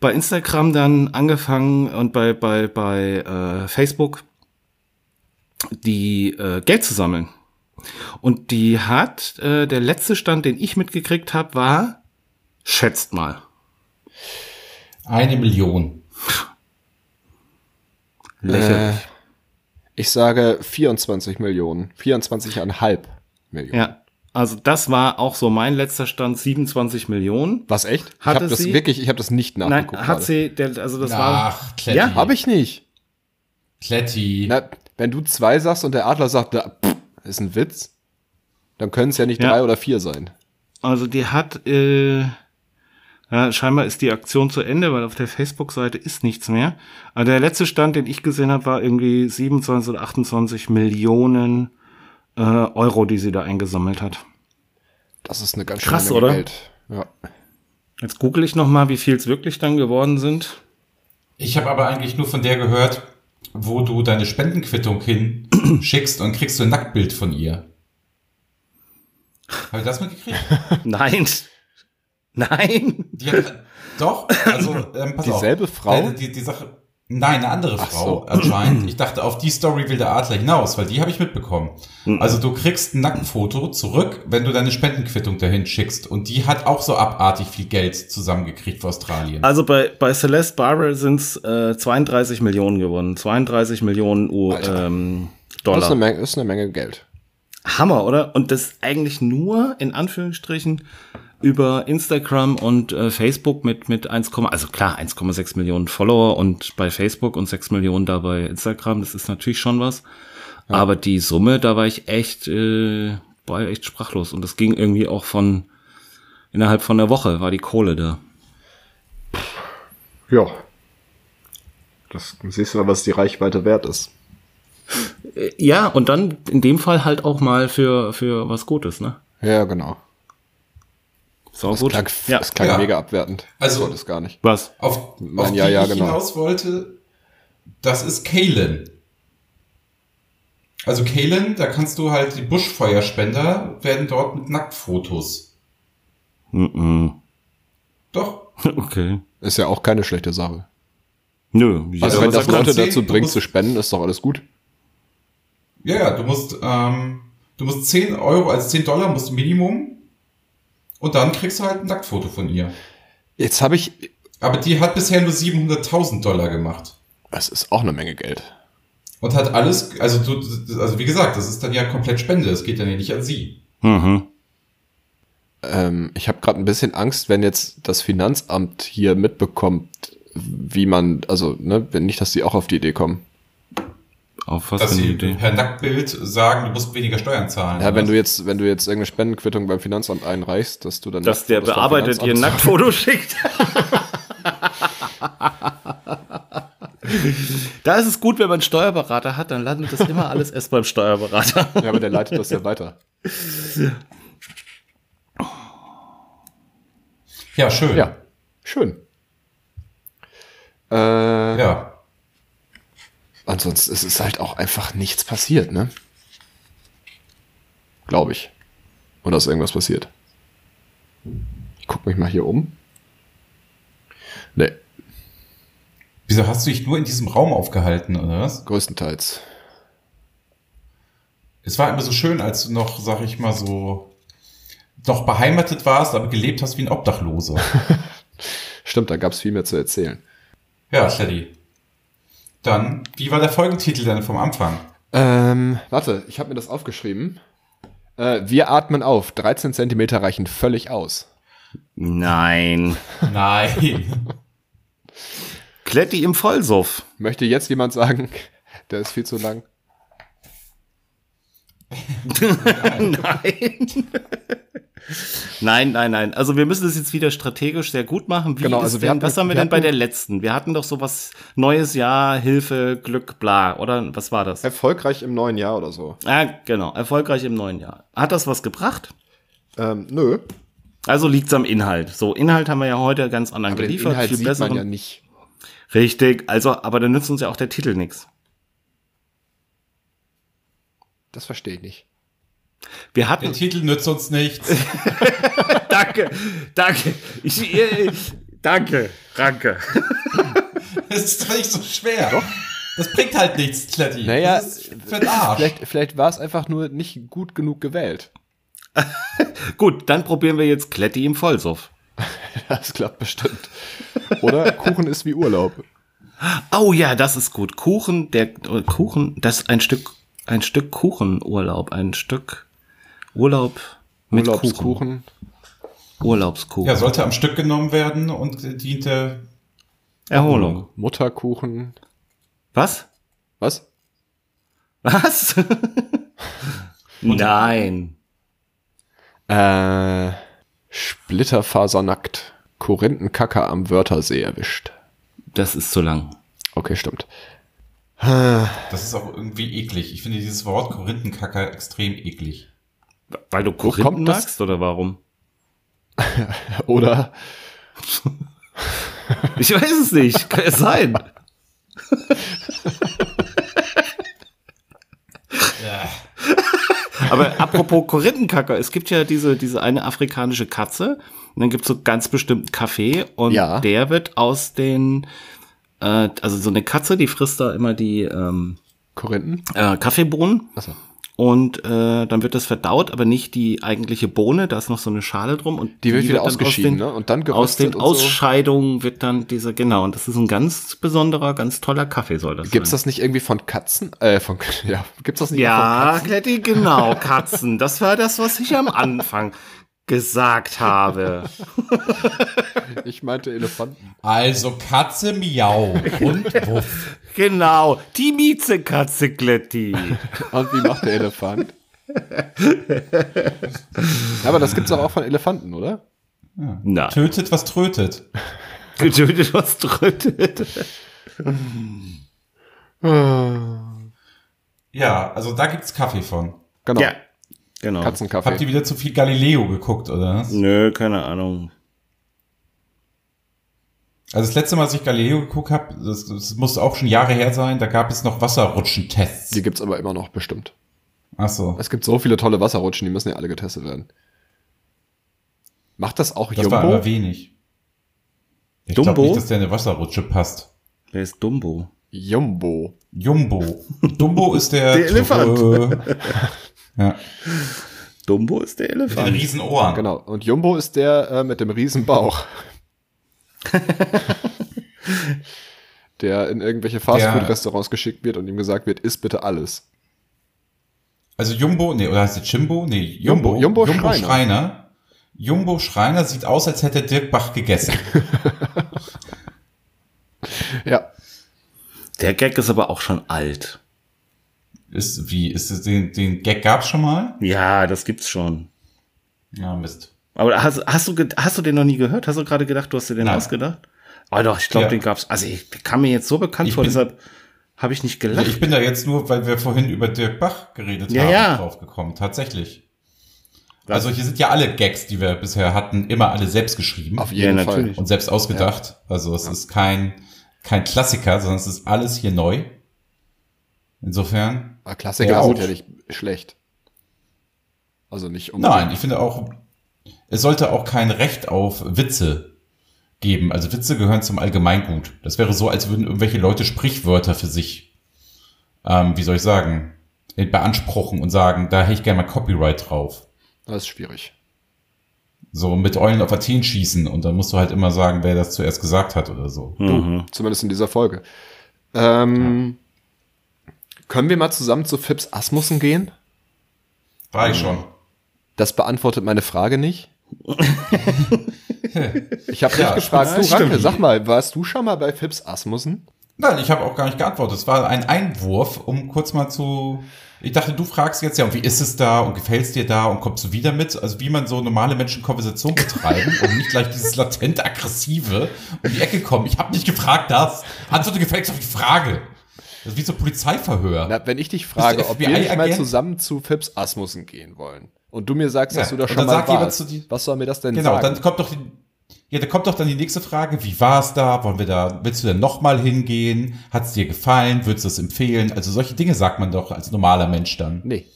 Speaker 2: bei Instagram dann angefangen und bei bei bei äh, Facebook die äh, Geld zu sammeln. Und die hat äh, der letzte Stand, den ich mitgekriegt habe, war schätzt mal
Speaker 1: Eine Million.
Speaker 2: lächerlich.
Speaker 5: Äh. Ich sage 24 Millionen. 24,5 Millionen.
Speaker 2: Ja, also das war auch so mein letzter Stand, 27 Millionen.
Speaker 5: Was echt? Ich
Speaker 2: Hatte
Speaker 5: habe das
Speaker 2: sie-
Speaker 5: wirklich, ich habe das nicht
Speaker 2: Nein,
Speaker 5: nachgeguckt.
Speaker 2: hat sie, der, also das war
Speaker 1: Ach, Kletti.
Speaker 2: Ja,
Speaker 5: Habe ich nicht.
Speaker 1: Kletti.
Speaker 5: Na, wenn du zwei sagst und der Adler sagt, da, pff, ist ein Witz, dann können es ja nicht
Speaker 2: Ja.
Speaker 5: drei oder vier sein.
Speaker 2: Also die hat, äh, ja, scheinbar ist die Aktion zu Ende, weil auf der Facebook-Seite ist nichts mehr. Aber der letzte Stand, den ich gesehen habe, war irgendwie 27 oder 28 Millionen äh, Euro, die sie da eingesammelt hat.
Speaker 5: Das ist eine ganz
Speaker 2: Krass,
Speaker 5: schöne Menge
Speaker 2: oder?
Speaker 5: Geld. Ja.
Speaker 2: Jetzt google ich nochmal, wie viel es wirklich dann geworden sind.
Speaker 1: Ich habe aber eigentlich nur von der gehört, wo du deine Spendenquittung hin schickst und kriegst du ein Nacktbild von ihr. Habe ich das mitgekriegt?
Speaker 2: Nein. Nein.
Speaker 1: Die hat, doch, also ähm, pass
Speaker 5: Dieselbe
Speaker 1: auf.
Speaker 5: Frau?
Speaker 1: Die, die, die Sache. Nein, eine andere
Speaker 5: Ach
Speaker 1: Frau
Speaker 5: so.
Speaker 1: anscheinend. Ich dachte, auf die Story will der Adler hinaus, weil die habe ich mitbekommen.
Speaker 5: Mhm.
Speaker 1: Also du kriegst ein Nacktfoto zurück, wenn du deine Spendenquittung dahin schickst. Und die hat auch so abartig viel Geld zusammengekriegt für Australien.
Speaker 2: Also bei, bei Celeste Barber sind es äh, 32 Millionen geworden. 32 Millionen U
Speaker 5: Alter.
Speaker 2: ähm, Dollar.
Speaker 5: Das ist eine, Menge, ist eine Menge Geld.
Speaker 2: Hammer, oder? Und das eigentlich nur in Anführungsstrichen über Instagram und äh, Facebook mit mit 1, also klar 1,6 Millionen Follower und bei Facebook und 6 Millionen da bei Instagram, das ist natürlich schon was. Aber die Summe, da war ich echt äh, war ich echt sprachlos und das ging irgendwie auch von innerhalb von einer Woche war die Kohle da.
Speaker 3: Ja. Das siehst du mal, was die Reichweite wert ist.
Speaker 2: Äh, Ja, und dann in dem Fall halt auch mal für für was Gutes, ne?
Speaker 5: Ja, genau.
Speaker 2: So
Speaker 5: Das
Speaker 2: gut.
Speaker 5: klang,
Speaker 2: ja.
Speaker 5: das klang
Speaker 1: Ja.
Speaker 5: mega abwertend.
Speaker 1: Also-
Speaker 5: das wollte es gar nicht.
Speaker 2: Was?
Speaker 1: Auf,
Speaker 5: Nein,
Speaker 1: auf
Speaker 5: ja,
Speaker 1: die
Speaker 5: ja,
Speaker 1: ich
Speaker 5: genau.
Speaker 1: hinaus wollte, das ist Kaylin. Also Kalen, da kannst du halt die Buschfeuerspender werden dort mit Nacktfotos.
Speaker 2: Mhm.
Speaker 1: Doch.
Speaker 2: Okay.
Speaker 3: Ist ja auch keine schlechte Sache.
Speaker 2: Nö.
Speaker 3: Also
Speaker 1: aber
Speaker 3: wenn
Speaker 1: sag
Speaker 3: das
Speaker 1: mal,
Speaker 3: Leute
Speaker 1: zehn-
Speaker 3: dazu
Speaker 1: du
Speaker 3: bringt
Speaker 1: musst-
Speaker 3: zu spenden, ist doch alles gut.
Speaker 1: Ja, ja, du musst, ähm, du musst 10 Euro, also 10 Dollar musst du Minimum. Und dann kriegst du halt ein Nacktfoto von ihr.
Speaker 3: Jetzt habe ich,
Speaker 1: Aber die hat bisher nur 700.000 Dollar gemacht.
Speaker 3: das ist auch eine Menge Geld.
Speaker 1: Und hat alles, also du, also wie gesagt, das ist dann ja komplett Spende, es geht ja nicht an sie.
Speaker 2: Mhm.
Speaker 3: Ähm, ich habe gerade ein bisschen Angst, wenn jetzt das Finanzamt hier mitbekommt, wie man, also ne, wenn nicht, dass die auch auf die Idee kommen.
Speaker 2: Auf was
Speaker 1: Dass
Speaker 2: für eine
Speaker 1: sie
Speaker 2: Idee?
Speaker 1: per Nacktbild sagen, du musst weniger Steuern zahlen.
Speaker 3: Ja, wenn
Speaker 1: oder?
Speaker 3: du jetzt, wenn du jetzt irgendeine Spendenquittung beim Finanzamt einreichst, dass du dann
Speaker 2: Dass der
Speaker 3: das vom
Speaker 2: bearbeitet ihr ein
Speaker 3: Finanzamt-
Speaker 2: Nacktfoto schickt. da ist es gut, wenn man einen Steuerberater hat, dann landet das immer alles erst beim Steuerberater.
Speaker 3: Ja, aber der leitet das ja weiter.
Speaker 1: ja schön.
Speaker 3: Ja, schön. Äh,
Speaker 1: ja.
Speaker 3: Ansonsten es ist halt auch einfach nichts passiert, ne? Glaube ich. Oder ist irgendwas passiert? Ich guck mich mal hier um. Nee,
Speaker 1: Wieso hast du dich nur in diesem Raum aufgehalten, oder was?
Speaker 3: größtenteils.
Speaker 1: Es war immer so schön, als du noch, sag ich mal, so noch beheimatet warst, aber gelebt hast wie ein Obdachloser.
Speaker 3: Stimmt, da gab's viel mehr zu erzählen.
Speaker 1: ja, Shady. Dann, wie war der Folgentitel denn vom Anfang?
Speaker 3: Ähm, warte, ich habe mir das aufgeschrieben. Äh, wir atmen auf. 13 Zentimeter reichen völlig aus.
Speaker 2: Nein.
Speaker 1: Nein.
Speaker 2: Kletti im Vollsuff.
Speaker 3: Möchte jetzt jemand sagen, der ist viel zu lang?
Speaker 2: Nein. nein, nein, nein. Also wir müssen das jetzt wieder strategisch sehr gut machen. Wie
Speaker 3: Genau,
Speaker 2: ist
Speaker 3: also wir
Speaker 2: denn,
Speaker 3: hatten-
Speaker 2: was haben wir,
Speaker 3: wir
Speaker 2: denn bei
Speaker 3: hatten-
Speaker 2: der letzten? Wir hatten doch sowas Neues Jahr, Hilfe, Glück, bla, oder? Was war das?
Speaker 3: Erfolgreich im neuen Jahr oder so.
Speaker 2: ah, genau, erfolgreich im neuen Jahr. Hat das was gebracht?
Speaker 3: Ähm, nö.
Speaker 2: Also liegt's am Inhalt. So, Inhalt haben wir ja heute ganz anderen
Speaker 3: Aber den
Speaker 2: geliefert,
Speaker 3: Inhalt
Speaker 2: viel
Speaker 3: sieht man
Speaker 2: besseren.
Speaker 3: ja nicht.
Speaker 2: Richtig, also, aber dann nützt uns ja auch der Titel nichts.
Speaker 3: Das verstehe ich nicht.
Speaker 2: Wir hatten
Speaker 1: der Titel nützt uns nichts.
Speaker 2: Danke, danke. Ich, äh, danke, danke.
Speaker 1: Es ist doch nicht so schwer. Das bringt halt nichts, Kletti.
Speaker 3: Naja,
Speaker 1: das ist für den Arsch.
Speaker 3: Vielleicht, vielleicht war es einfach nur nicht gut genug gewählt.
Speaker 2: Gut, dann probieren wir jetzt Kletti im Vollsuff.
Speaker 3: Das klappt bestimmt. Oder Kuchen ist wie Urlaub.
Speaker 2: Oh ja, das ist gut. Kuchen, der äh, Kuchen, das ist ein Stück, ein Stück Kuchenurlaub, ein Stück Urlaub mit Kuchen.
Speaker 3: Urlaubskuchen.
Speaker 2: Urlaubskuchen.
Speaker 1: Ja, sollte am Stück genommen werden und äh, diente.
Speaker 2: Erholung.
Speaker 3: Mutterkuchen.
Speaker 2: Was?
Speaker 3: Was?
Speaker 2: Was? Nein.
Speaker 3: Äh, Splitterfasernackt. Korinthenkacker am Wörthersee erwischt.
Speaker 2: Das ist zu lang.
Speaker 3: Okay, stimmt.
Speaker 1: Das ist auch irgendwie eklig. Ich finde dieses Wort Korinthenkacker extrem eklig.
Speaker 2: Weil du Korinthen
Speaker 3: kommt das-
Speaker 2: magst oder warum?
Speaker 3: Oder
Speaker 2: Ich weiß es nicht. Kann es sein.
Speaker 1: Ja.
Speaker 2: Aber apropos Korinthenkacker, es gibt ja diese, diese eine afrikanische Katze und dann gibt's so ganz bestimmten Kaffee und
Speaker 3: Ja.
Speaker 2: der wird aus den, äh, also so eine Katze, die frisst da immer die ähm,
Speaker 3: Korinthen?
Speaker 2: äh, Kaffeebohnen
Speaker 3: Achso.
Speaker 2: und äh, dann wird das verdaut, aber nicht die eigentliche Bohne, da ist noch so eine Schale drum und
Speaker 3: Die wird wieder
Speaker 2: dann aus
Speaker 3: ausgeschieden,
Speaker 2: den-
Speaker 3: ne? Und dann
Speaker 2: Aus den
Speaker 3: geröstet und so.
Speaker 2: Ausscheidungen wird dann dieser, genau, und das ist ein ganz besonderer, ganz toller Kaffee, soll das
Speaker 3: Gibt's
Speaker 2: sein.
Speaker 3: das nicht irgendwie von Katzen? Äh, von, ja, gibt's das nicht
Speaker 2: Ja, Kletti, genau, Katzen. Das war das, was ich am Anfang gesagt habe.
Speaker 3: von Katzen? Ich meinte Elefanten.
Speaker 1: Also Katze miau und wuff.
Speaker 2: Genau, die Miezekatze Kletti.
Speaker 3: Und wie macht der Elefant? Aber das gibt's doch auch von Elefanten, oder?
Speaker 2: Na,
Speaker 1: Tötet, was trötet.
Speaker 2: getötet was drötet.
Speaker 1: Ja, also da gibt's Kaffee von.
Speaker 3: Genau.
Speaker 2: Ja, genau.
Speaker 3: Katzenkaffee.
Speaker 1: Habt ihr wieder zu viel Galileo geguckt, oder? was?
Speaker 2: Nö, keine Ahnung.
Speaker 1: Also das letzte Mal, als ich Galileo geguckt habe, das, das muss auch schon Jahre her sein, da gab es noch Wasserrutschen-Tests.
Speaker 3: Die gibt's aber immer noch bestimmt.
Speaker 1: Ach so.
Speaker 3: Es gibt so viele tolle Wasserrutschen, die müssen ja alle getestet werden. Macht das auch
Speaker 1: Das war
Speaker 3: Jumbo?
Speaker 1: aber wenig. Ich
Speaker 2: Dumbo?
Speaker 1: glaube nicht, dass der in eine Wasserrutsche passt.
Speaker 2: Wer ist Dumbo?
Speaker 3: Jumbo.
Speaker 1: Jumbo. Dumbo ist der,
Speaker 2: Der Elefant.
Speaker 1: Äh, ja,
Speaker 2: Dumbo ist der
Speaker 1: mit den
Speaker 2: Elefant.
Speaker 1: riesen Ohren.
Speaker 3: Genau. Und Jumbo ist der äh, mit dem Riesenbauch. der in irgendwelche Fastfood-Restaurants geschickt wird und ihm gesagt wird, isst bitte alles.
Speaker 1: Also Jumbo, nee, oder heißt der Chimbo? Nee, Jumbo.
Speaker 3: Jumbo Schreiner.
Speaker 1: Schreiner. Jumbo Schreiner sieht aus, als hätte Dirk Bach gegessen.
Speaker 3: Ja.
Speaker 2: Der Gag ist aber auch schon alt.
Speaker 1: Ist, wie, ist es, den, den Gag gab's schon mal?
Speaker 2: Ja, das gibt's schon.
Speaker 1: Ja, Mist.
Speaker 2: Aber hast, hast, du, ge- hast du den noch nie gehört? Hast du gerade gedacht, du hast dir den
Speaker 1: Nein.
Speaker 2: ausgedacht? Oh doch, ich glaube,
Speaker 1: Ja.
Speaker 2: den gab's. Also ich kam mir jetzt so bekannt
Speaker 1: Ich
Speaker 2: vor,
Speaker 1: bin-
Speaker 2: deshalb habe ich nicht
Speaker 1: Also
Speaker 2: gelacht.
Speaker 1: ich bin da jetzt nur, weil wir vorhin über Dirk Bach geredet
Speaker 2: Ja,
Speaker 1: haben,
Speaker 2: ja.
Speaker 1: draufgekommen. Tatsächlich.
Speaker 2: Was?
Speaker 1: Also hier sind ja alle Gags, die wir bisher hatten, immer alle selbst geschrieben
Speaker 3: Auf jeden
Speaker 2: Ja,
Speaker 3: Fall.
Speaker 2: natürlich.
Speaker 1: und selbst ausgedacht. Also es ist kein, kein Klassiker, sondern es ist alles hier neu. Insofern
Speaker 3: Aber Klassiker
Speaker 1: Ja,
Speaker 3: sind
Speaker 1: auch.
Speaker 3: ja nicht schlecht. Also nicht
Speaker 1: Nein, ich finde auch, es sollte auch kein Recht auf Witze geben. Also Witze gehören zum Allgemeingut. Das wäre so, als würden irgendwelche Leute Sprichwörter für sich, ähm, wie soll ich sagen, äh, beanspruchen und sagen, da hätte ich gerne mal Copyright drauf.
Speaker 3: Das ist schwierig.
Speaker 1: So mit Eulen auf Athen schießen und dann musst du halt immer sagen, wer das zuerst gesagt hat oder so.
Speaker 2: Mhm.
Speaker 3: Zumindest in dieser Folge. Ähm, Können wir mal zusammen zu Fips Asmussen gehen?
Speaker 1: War ich schon.
Speaker 3: Das beantwortet meine Frage nicht. ich habe
Speaker 1: Ja,
Speaker 3: dich gefragt,
Speaker 2: stimmt.
Speaker 3: du Ranke, sag mal, warst du schon mal bei Fips Asmussen?
Speaker 1: Nein, ich habe auch gar nicht geantwortet. Es war ein Einwurf, um kurz mal zu. Ich dachte, du fragst jetzt ja, und wie ist es da und gefällt's dir da und kommst du wieder mit? Also wie man so normale Menschen Konversation betreiben und nicht gleich dieses latent aggressive um die Ecke kommen. Ich habe nicht gefragt das. Antworte gefälligst auf die Frage. Das ist wie so Polizeiverhör.
Speaker 3: Na, wenn ich dich frage,
Speaker 1: Bist du
Speaker 3: ob wir nicht mal
Speaker 1: FBI-Agent?
Speaker 3: zusammen zu Fips Asmussen gehen wollen und du mir sagst, dass
Speaker 1: Ja,
Speaker 3: du da
Speaker 1: und
Speaker 3: schon
Speaker 1: dann
Speaker 3: mal
Speaker 1: sagt
Speaker 3: warst,
Speaker 1: jemand zu dir-
Speaker 3: was soll mir das denn
Speaker 1: genau,
Speaker 3: sagen?
Speaker 1: dann kommt doch die. Ja, da kommt doch dann die nächste Frage, wie war's da? Wollen wir da, willst du denn nochmal hingehen? Hat's dir gefallen? Würdest du es empfehlen? Also solche Dinge sagt man doch als normaler Mensch dann.
Speaker 3: nee,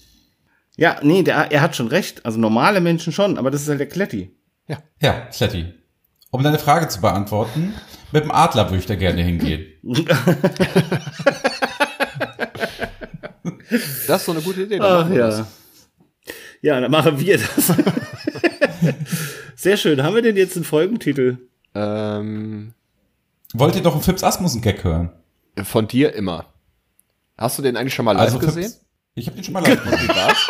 Speaker 2: Ja, nee, der, er hat schon recht. Also normale Menschen schon, aber das ist halt der Kletti.
Speaker 1: Ja, Kletti. Um deine Frage zu beantworten, mit dem Adler würde ich da gerne hingehen.
Speaker 3: das ist so eine gute Idee. dann
Speaker 2: Ach
Speaker 3: machen wir
Speaker 2: ja.
Speaker 3: das.
Speaker 2: Ja, dann machen wir das. Sehr schön. Haben wir denn jetzt einen Folgentitel?
Speaker 3: Ähm,
Speaker 1: Wollt ihr doch einen Fips Asmussen-Gag hören?
Speaker 3: von dir immer. Hast du den eigentlich schon mal live gesehen?
Speaker 1: Also Fips, ich habe den schon mal live gesehen.
Speaker 3: Wie war's?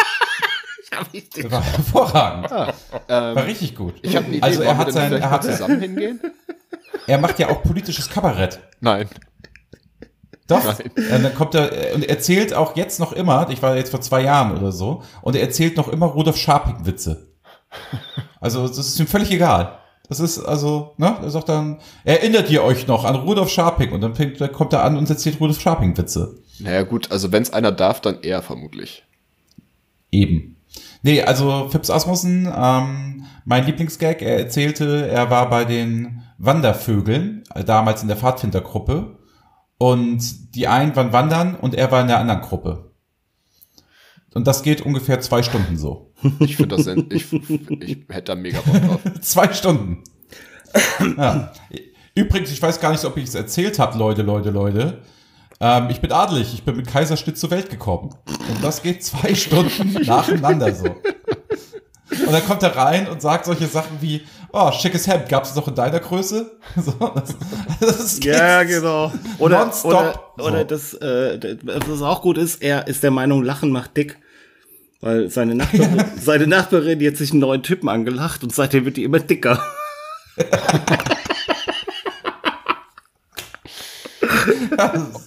Speaker 1: Der War hervorragend. War
Speaker 3: ähm,
Speaker 1: richtig gut.
Speaker 3: ich habe eine Idee,
Speaker 1: also er
Speaker 3: wollen wir
Speaker 1: hat
Speaker 3: denn
Speaker 1: sein,
Speaker 3: vielleicht
Speaker 1: er
Speaker 3: mal
Speaker 1: hat,
Speaker 3: zusammen hingehen?
Speaker 1: er macht ja auch politisches Kabarett.
Speaker 3: Nein.
Speaker 1: Doch.
Speaker 3: Nein.
Speaker 1: Und dann kommt er äh, und erzählt auch jetzt noch immer, ich war jetzt vor zwei Jahren oder so, und er erzählt noch immer Rudolf Scharping-Witze. Also das ist ihm völlig egal. Das ist also, ne, er sagt dann, erinnert ihr euch noch an Rudolf Scharping? Und dann fängt, dann kommt er an und erzählt Rudolf Scharping-Witze.
Speaker 3: Naja gut, also wenn es einer darf, dann er vermutlich.
Speaker 1: Eben. Nee, also Fips Asmussen, ähm, mein Lieblingsgag, er erzählte, er war bei den Wandervögeln, äh, damals in der Pfadfindergruppe. Und die einen waren wandern und er war in der anderen Gruppe. Und das geht ungefähr zwei Stunden so.
Speaker 3: Ich finde das, sen- ich, ich hätte da mega Bock drauf.
Speaker 1: zwei Stunden. ja. Übrigens, ich weiß gar nicht, ob ich es erzählt habe, Leute, Leute, Leute. Ähm, ich bin adelig, ich bin mit Kaiserschnitt zur Welt gekommen. Und das geht zwei Stunden nacheinander so. Und dann kommt er rein und sagt solche Sachen wie, oh, schickes Hemd, gab's es noch in deiner Größe? So, das, das geht-
Speaker 2: genau. Oder,
Speaker 1: Nonstop.
Speaker 2: oder, oder
Speaker 1: So.
Speaker 2: das, äh, das- was auch gut ist, er ist der Meinung, Lachen macht dick. Weil seine Nachbarin, seine Nachbarin, die hat sich einen neuen Typen angelacht und seitdem wird die immer dicker.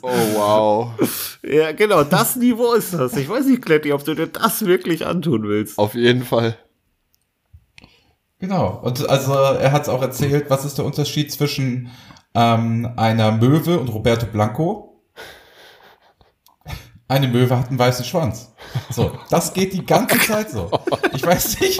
Speaker 3: Oh wow.
Speaker 2: Ja, genau, das Niveau ist das. Ich weiß nicht, Kletti, ob du dir das wirklich antun willst.
Speaker 3: Auf jeden Fall.
Speaker 1: Genau. Und also er hat es auch erzählt, was ist der Unterschied zwischen ähm, einer Möwe und Roberto Blanco? Eine Möwe hat einen weißen Schwanz. So, das geht die ganze Zeit so. Ich weiß nicht,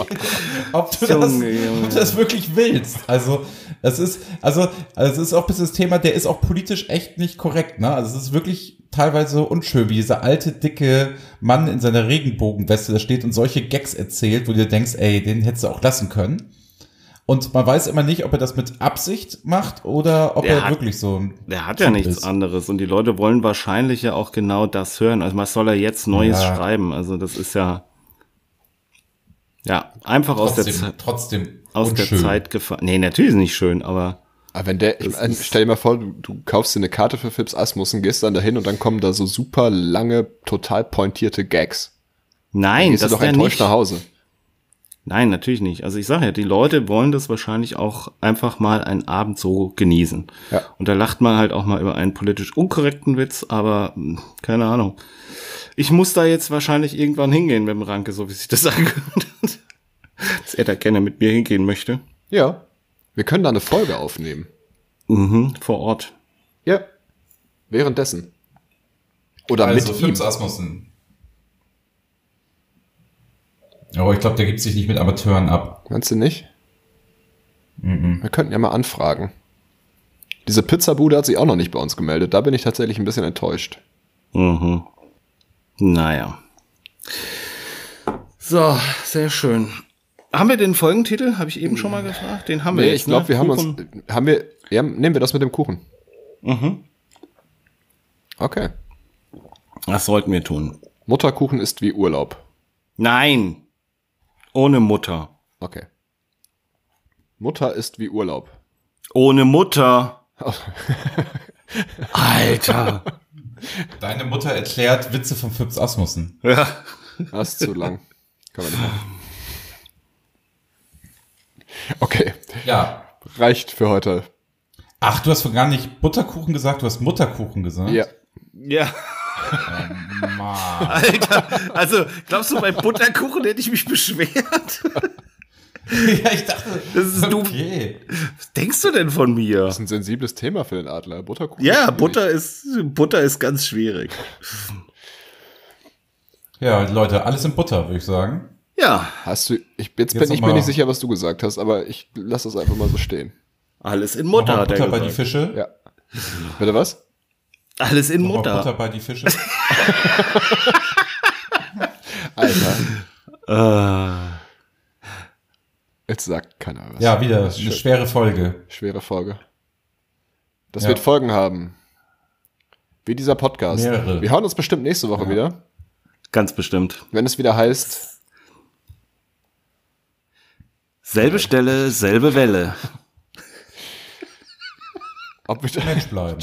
Speaker 1: ob du, das,
Speaker 2: Oh Junge, Junge.
Speaker 1: ob du das wirklich willst. Also, Das ist, also, also es ist auch bis das Thema, der ist auch politisch echt nicht korrekt, ne? Also es ist wirklich teilweise unschön, wie dieser alte, dicke Mann in seiner Regenbogenweste da steht und solche Gags erzählt, wo du denkst, ey, den hättest du auch lassen können. Und man weiß immer nicht, ob er das mit Absicht macht oder ob
Speaker 2: Der
Speaker 1: er
Speaker 2: hat-
Speaker 1: wirklich so ein.
Speaker 2: Der hat ja nichts
Speaker 1: ist.
Speaker 2: anderes und die Leute wollen wahrscheinlich ja auch genau das hören. Also was soll er jetzt Neues
Speaker 1: Ja.
Speaker 2: schreiben? Also das ist ja ja einfach aus der
Speaker 1: Trotzdem,
Speaker 2: Zeit
Speaker 1: trotzdem
Speaker 2: aus der
Speaker 1: unschön.
Speaker 2: Zeit gefallen. Nee, natürlich ist nicht schön, aber
Speaker 3: Aber wenn der, ich
Speaker 2: Das
Speaker 3: meine,
Speaker 2: ist-
Speaker 3: stell dir mal vor, du, du kaufst dir eine Karte für Phipps Asmus und gehst dann dahin und dann kommen da so super lange, total pointierte Gags. Dann
Speaker 2: nein,
Speaker 3: gehst
Speaker 2: das
Speaker 3: du doch
Speaker 2: ja nicht.
Speaker 3: enttäuscht nach Hause.
Speaker 2: Nein, natürlich nicht. Also ich sage ja, die Leute wollen das wahrscheinlich auch einfach mal einen Abend so genießen.
Speaker 3: Ja.
Speaker 2: Und da lacht man halt auch mal über einen politisch unkorrekten Witz, aber mh, keine Ahnung. Ich muss da jetzt wahrscheinlich irgendwann hingehen mit dem Ranke, so wie sich das angehört hat. Dass er da gerne mit mir hingehen möchte.
Speaker 3: Ja. Wir können da eine Folge aufnehmen.
Speaker 2: Mhm, vor Ort.
Speaker 3: Ja. Währenddessen. Oder
Speaker 1: Also
Speaker 3: mit ihm.
Speaker 1: Philips Asmussen. Aber ich glaube, der gibt sich nicht mit Amateuren ab.
Speaker 3: Meinst du nicht?
Speaker 2: Mhm.
Speaker 3: Wir könnten ja mal anfragen. Diese Pizzabude hat sich auch noch nicht bei uns gemeldet. Da bin ich tatsächlich ein bisschen enttäuscht.
Speaker 2: Mhm. Naja. So, sehr schön. Haben wir den Folgentitel? Habe ich eben schon mal gefragt. Den haben wir
Speaker 3: Hm. Nee,
Speaker 2: jetzt,
Speaker 3: ich glaube,
Speaker 2: ne?
Speaker 3: wir haben
Speaker 2: Kuchen. Mhm.
Speaker 3: uns. Haben wir. Ja, nehmen wir das mit dem Kuchen. Okay.
Speaker 2: Das sollten wir tun.
Speaker 3: Mutterkuchen ist wie Urlaub.
Speaker 2: Nein. Ohne Mutter.
Speaker 3: Okay. Mutter ist wie Urlaub.
Speaker 2: Ohne Mutter. Alter.
Speaker 1: Deine Mutter erklärt Witze von Philips Asmussen.
Speaker 2: Ja.
Speaker 3: Das ist zu lang. Kann man nicht machen. Okay,
Speaker 1: Ja.
Speaker 3: reicht für heute.
Speaker 1: Ach, du hast von gar nicht Butterkuchen gesagt, du hast Mutterkuchen gesagt. Oh
Speaker 3: Ja.
Speaker 2: Ja.
Speaker 1: Mann.
Speaker 2: Alter. Also, glaubst du, bei Butterkuchen hätte ich mich beschwert?
Speaker 1: ja, ich dachte,
Speaker 2: Das ist du-
Speaker 1: okay.
Speaker 2: Was denkst du denn von mir?
Speaker 3: Das ist ein sensibles Thema für den Adler. Butterkuchen. ist
Speaker 2: Ja,
Speaker 3: schwierig.
Speaker 2: Butter ist, Butter ist ganz schwierig.
Speaker 1: Ja, Leute, alles in Butter, würde ich sagen.
Speaker 2: Ja,
Speaker 3: Hast du, ich,
Speaker 1: Jetzt
Speaker 3: jetzt, bin
Speaker 1: noch
Speaker 3: ich mir
Speaker 1: mal-
Speaker 3: nicht sicher, was du gesagt hast, aber ich lasse das einfach mal so stehen.
Speaker 2: alles in
Speaker 1: Noch
Speaker 2: Mutter,
Speaker 1: mal
Speaker 2: hat
Speaker 1: Butter
Speaker 2: er
Speaker 1: bei die
Speaker 2: gesagt.
Speaker 1: Fische.
Speaker 3: Ja. Bitte was?
Speaker 2: Alles in
Speaker 1: Noch mal
Speaker 2: Mutter.
Speaker 1: Butter bei die Fische.
Speaker 3: Alter,
Speaker 2: Äh,
Speaker 3: jetzt sagt keiner was.
Speaker 1: ja, wieder eine
Speaker 3: Das ist schön.
Speaker 1: schwere Folge.
Speaker 3: Schwere Folge. Das
Speaker 1: Ja.
Speaker 3: wird Folgen haben. Wie dieser Podcast.
Speaker 1: Mehrere.
Speaker 3: Wir hauen uns bestimmt nächste Woche wieder,
Speaker 2: ganz bestimmt.
Speaker 3: wenn es wieder heißt.
Speaker 2: Selbe Stelle, selbe Welle.
Speaker 3: Ob wir,
Speaker 1: Mensch bleiben.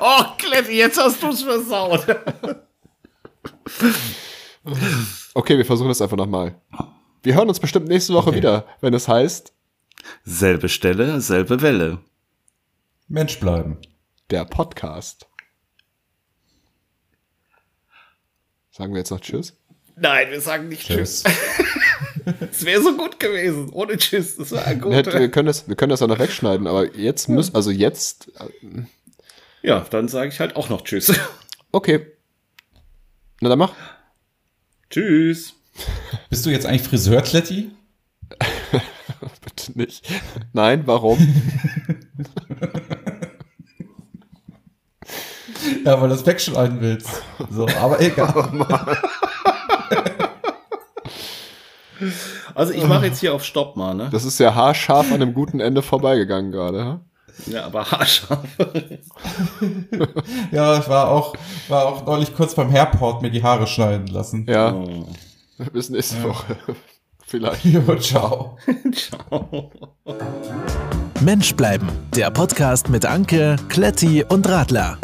Speaker 2: Oh, Kletti, jetzt hast du's versaut.
Speaker 3: Okay, wir versuchen das einfach nochmal. Wir hören uns bestimmt nächste Woche wieder, wenn es heißt,
Speaker 2: Selbe Stelle, selbe Welle.
Speaker 1: Mensch bleiben.
Speaker 3: der Podcast. Sagen wir jetzt noch Tschüss?
Speaker 2: Nein, wir sagen nicht Tschüss.
Speaker 1: Tschüss.
Speaker 2: Es wäre so gut gewesen. Ohne Tschüss, das war
Speaker 3: Wir,
Speaker 2: gut.
Speaker 3: hätten, Äh, wir, können das, wir können das ja noch wegschneiden, aber jetzt müssen, also jetzt, äh,
Speaker 2: Ja, dann sage ich halt auch noch Tschüss.
Speaker 3: okay. Na dann mach.
Speaker 2: tschüss.
Speaker 1: Bist du jetzt eigentlich Friseur, Kletti?
Speaker 3: Bitte nicht. Nein, warum?
Speaker 1: Ja, weil du das wegschneiden willst. So, aber egal.
Speaker 2: Also ich mache jetzt hier auf Stopp mal, ne?
Speaker 3: Das ist ja haarscharf an einem guten Ende vorbeigegangen gerade. ha?
Speaker 2: Ja, aber haarscharf.
Speaker 1: Ja, ich war auch, war auch neulich kurz beim Hairport mir die Haare schneiden lassen.
Speaker 3: Ja,
Speaker 2: Oh.
Speaker 3: bis nächste Woche. Vielleicht.
Speaker 1: Jo, ciao.
Speaker 2: Ciao.
Speaker 4: Mensch bleiben, der Podcast mit Anke, Kletti und Radler.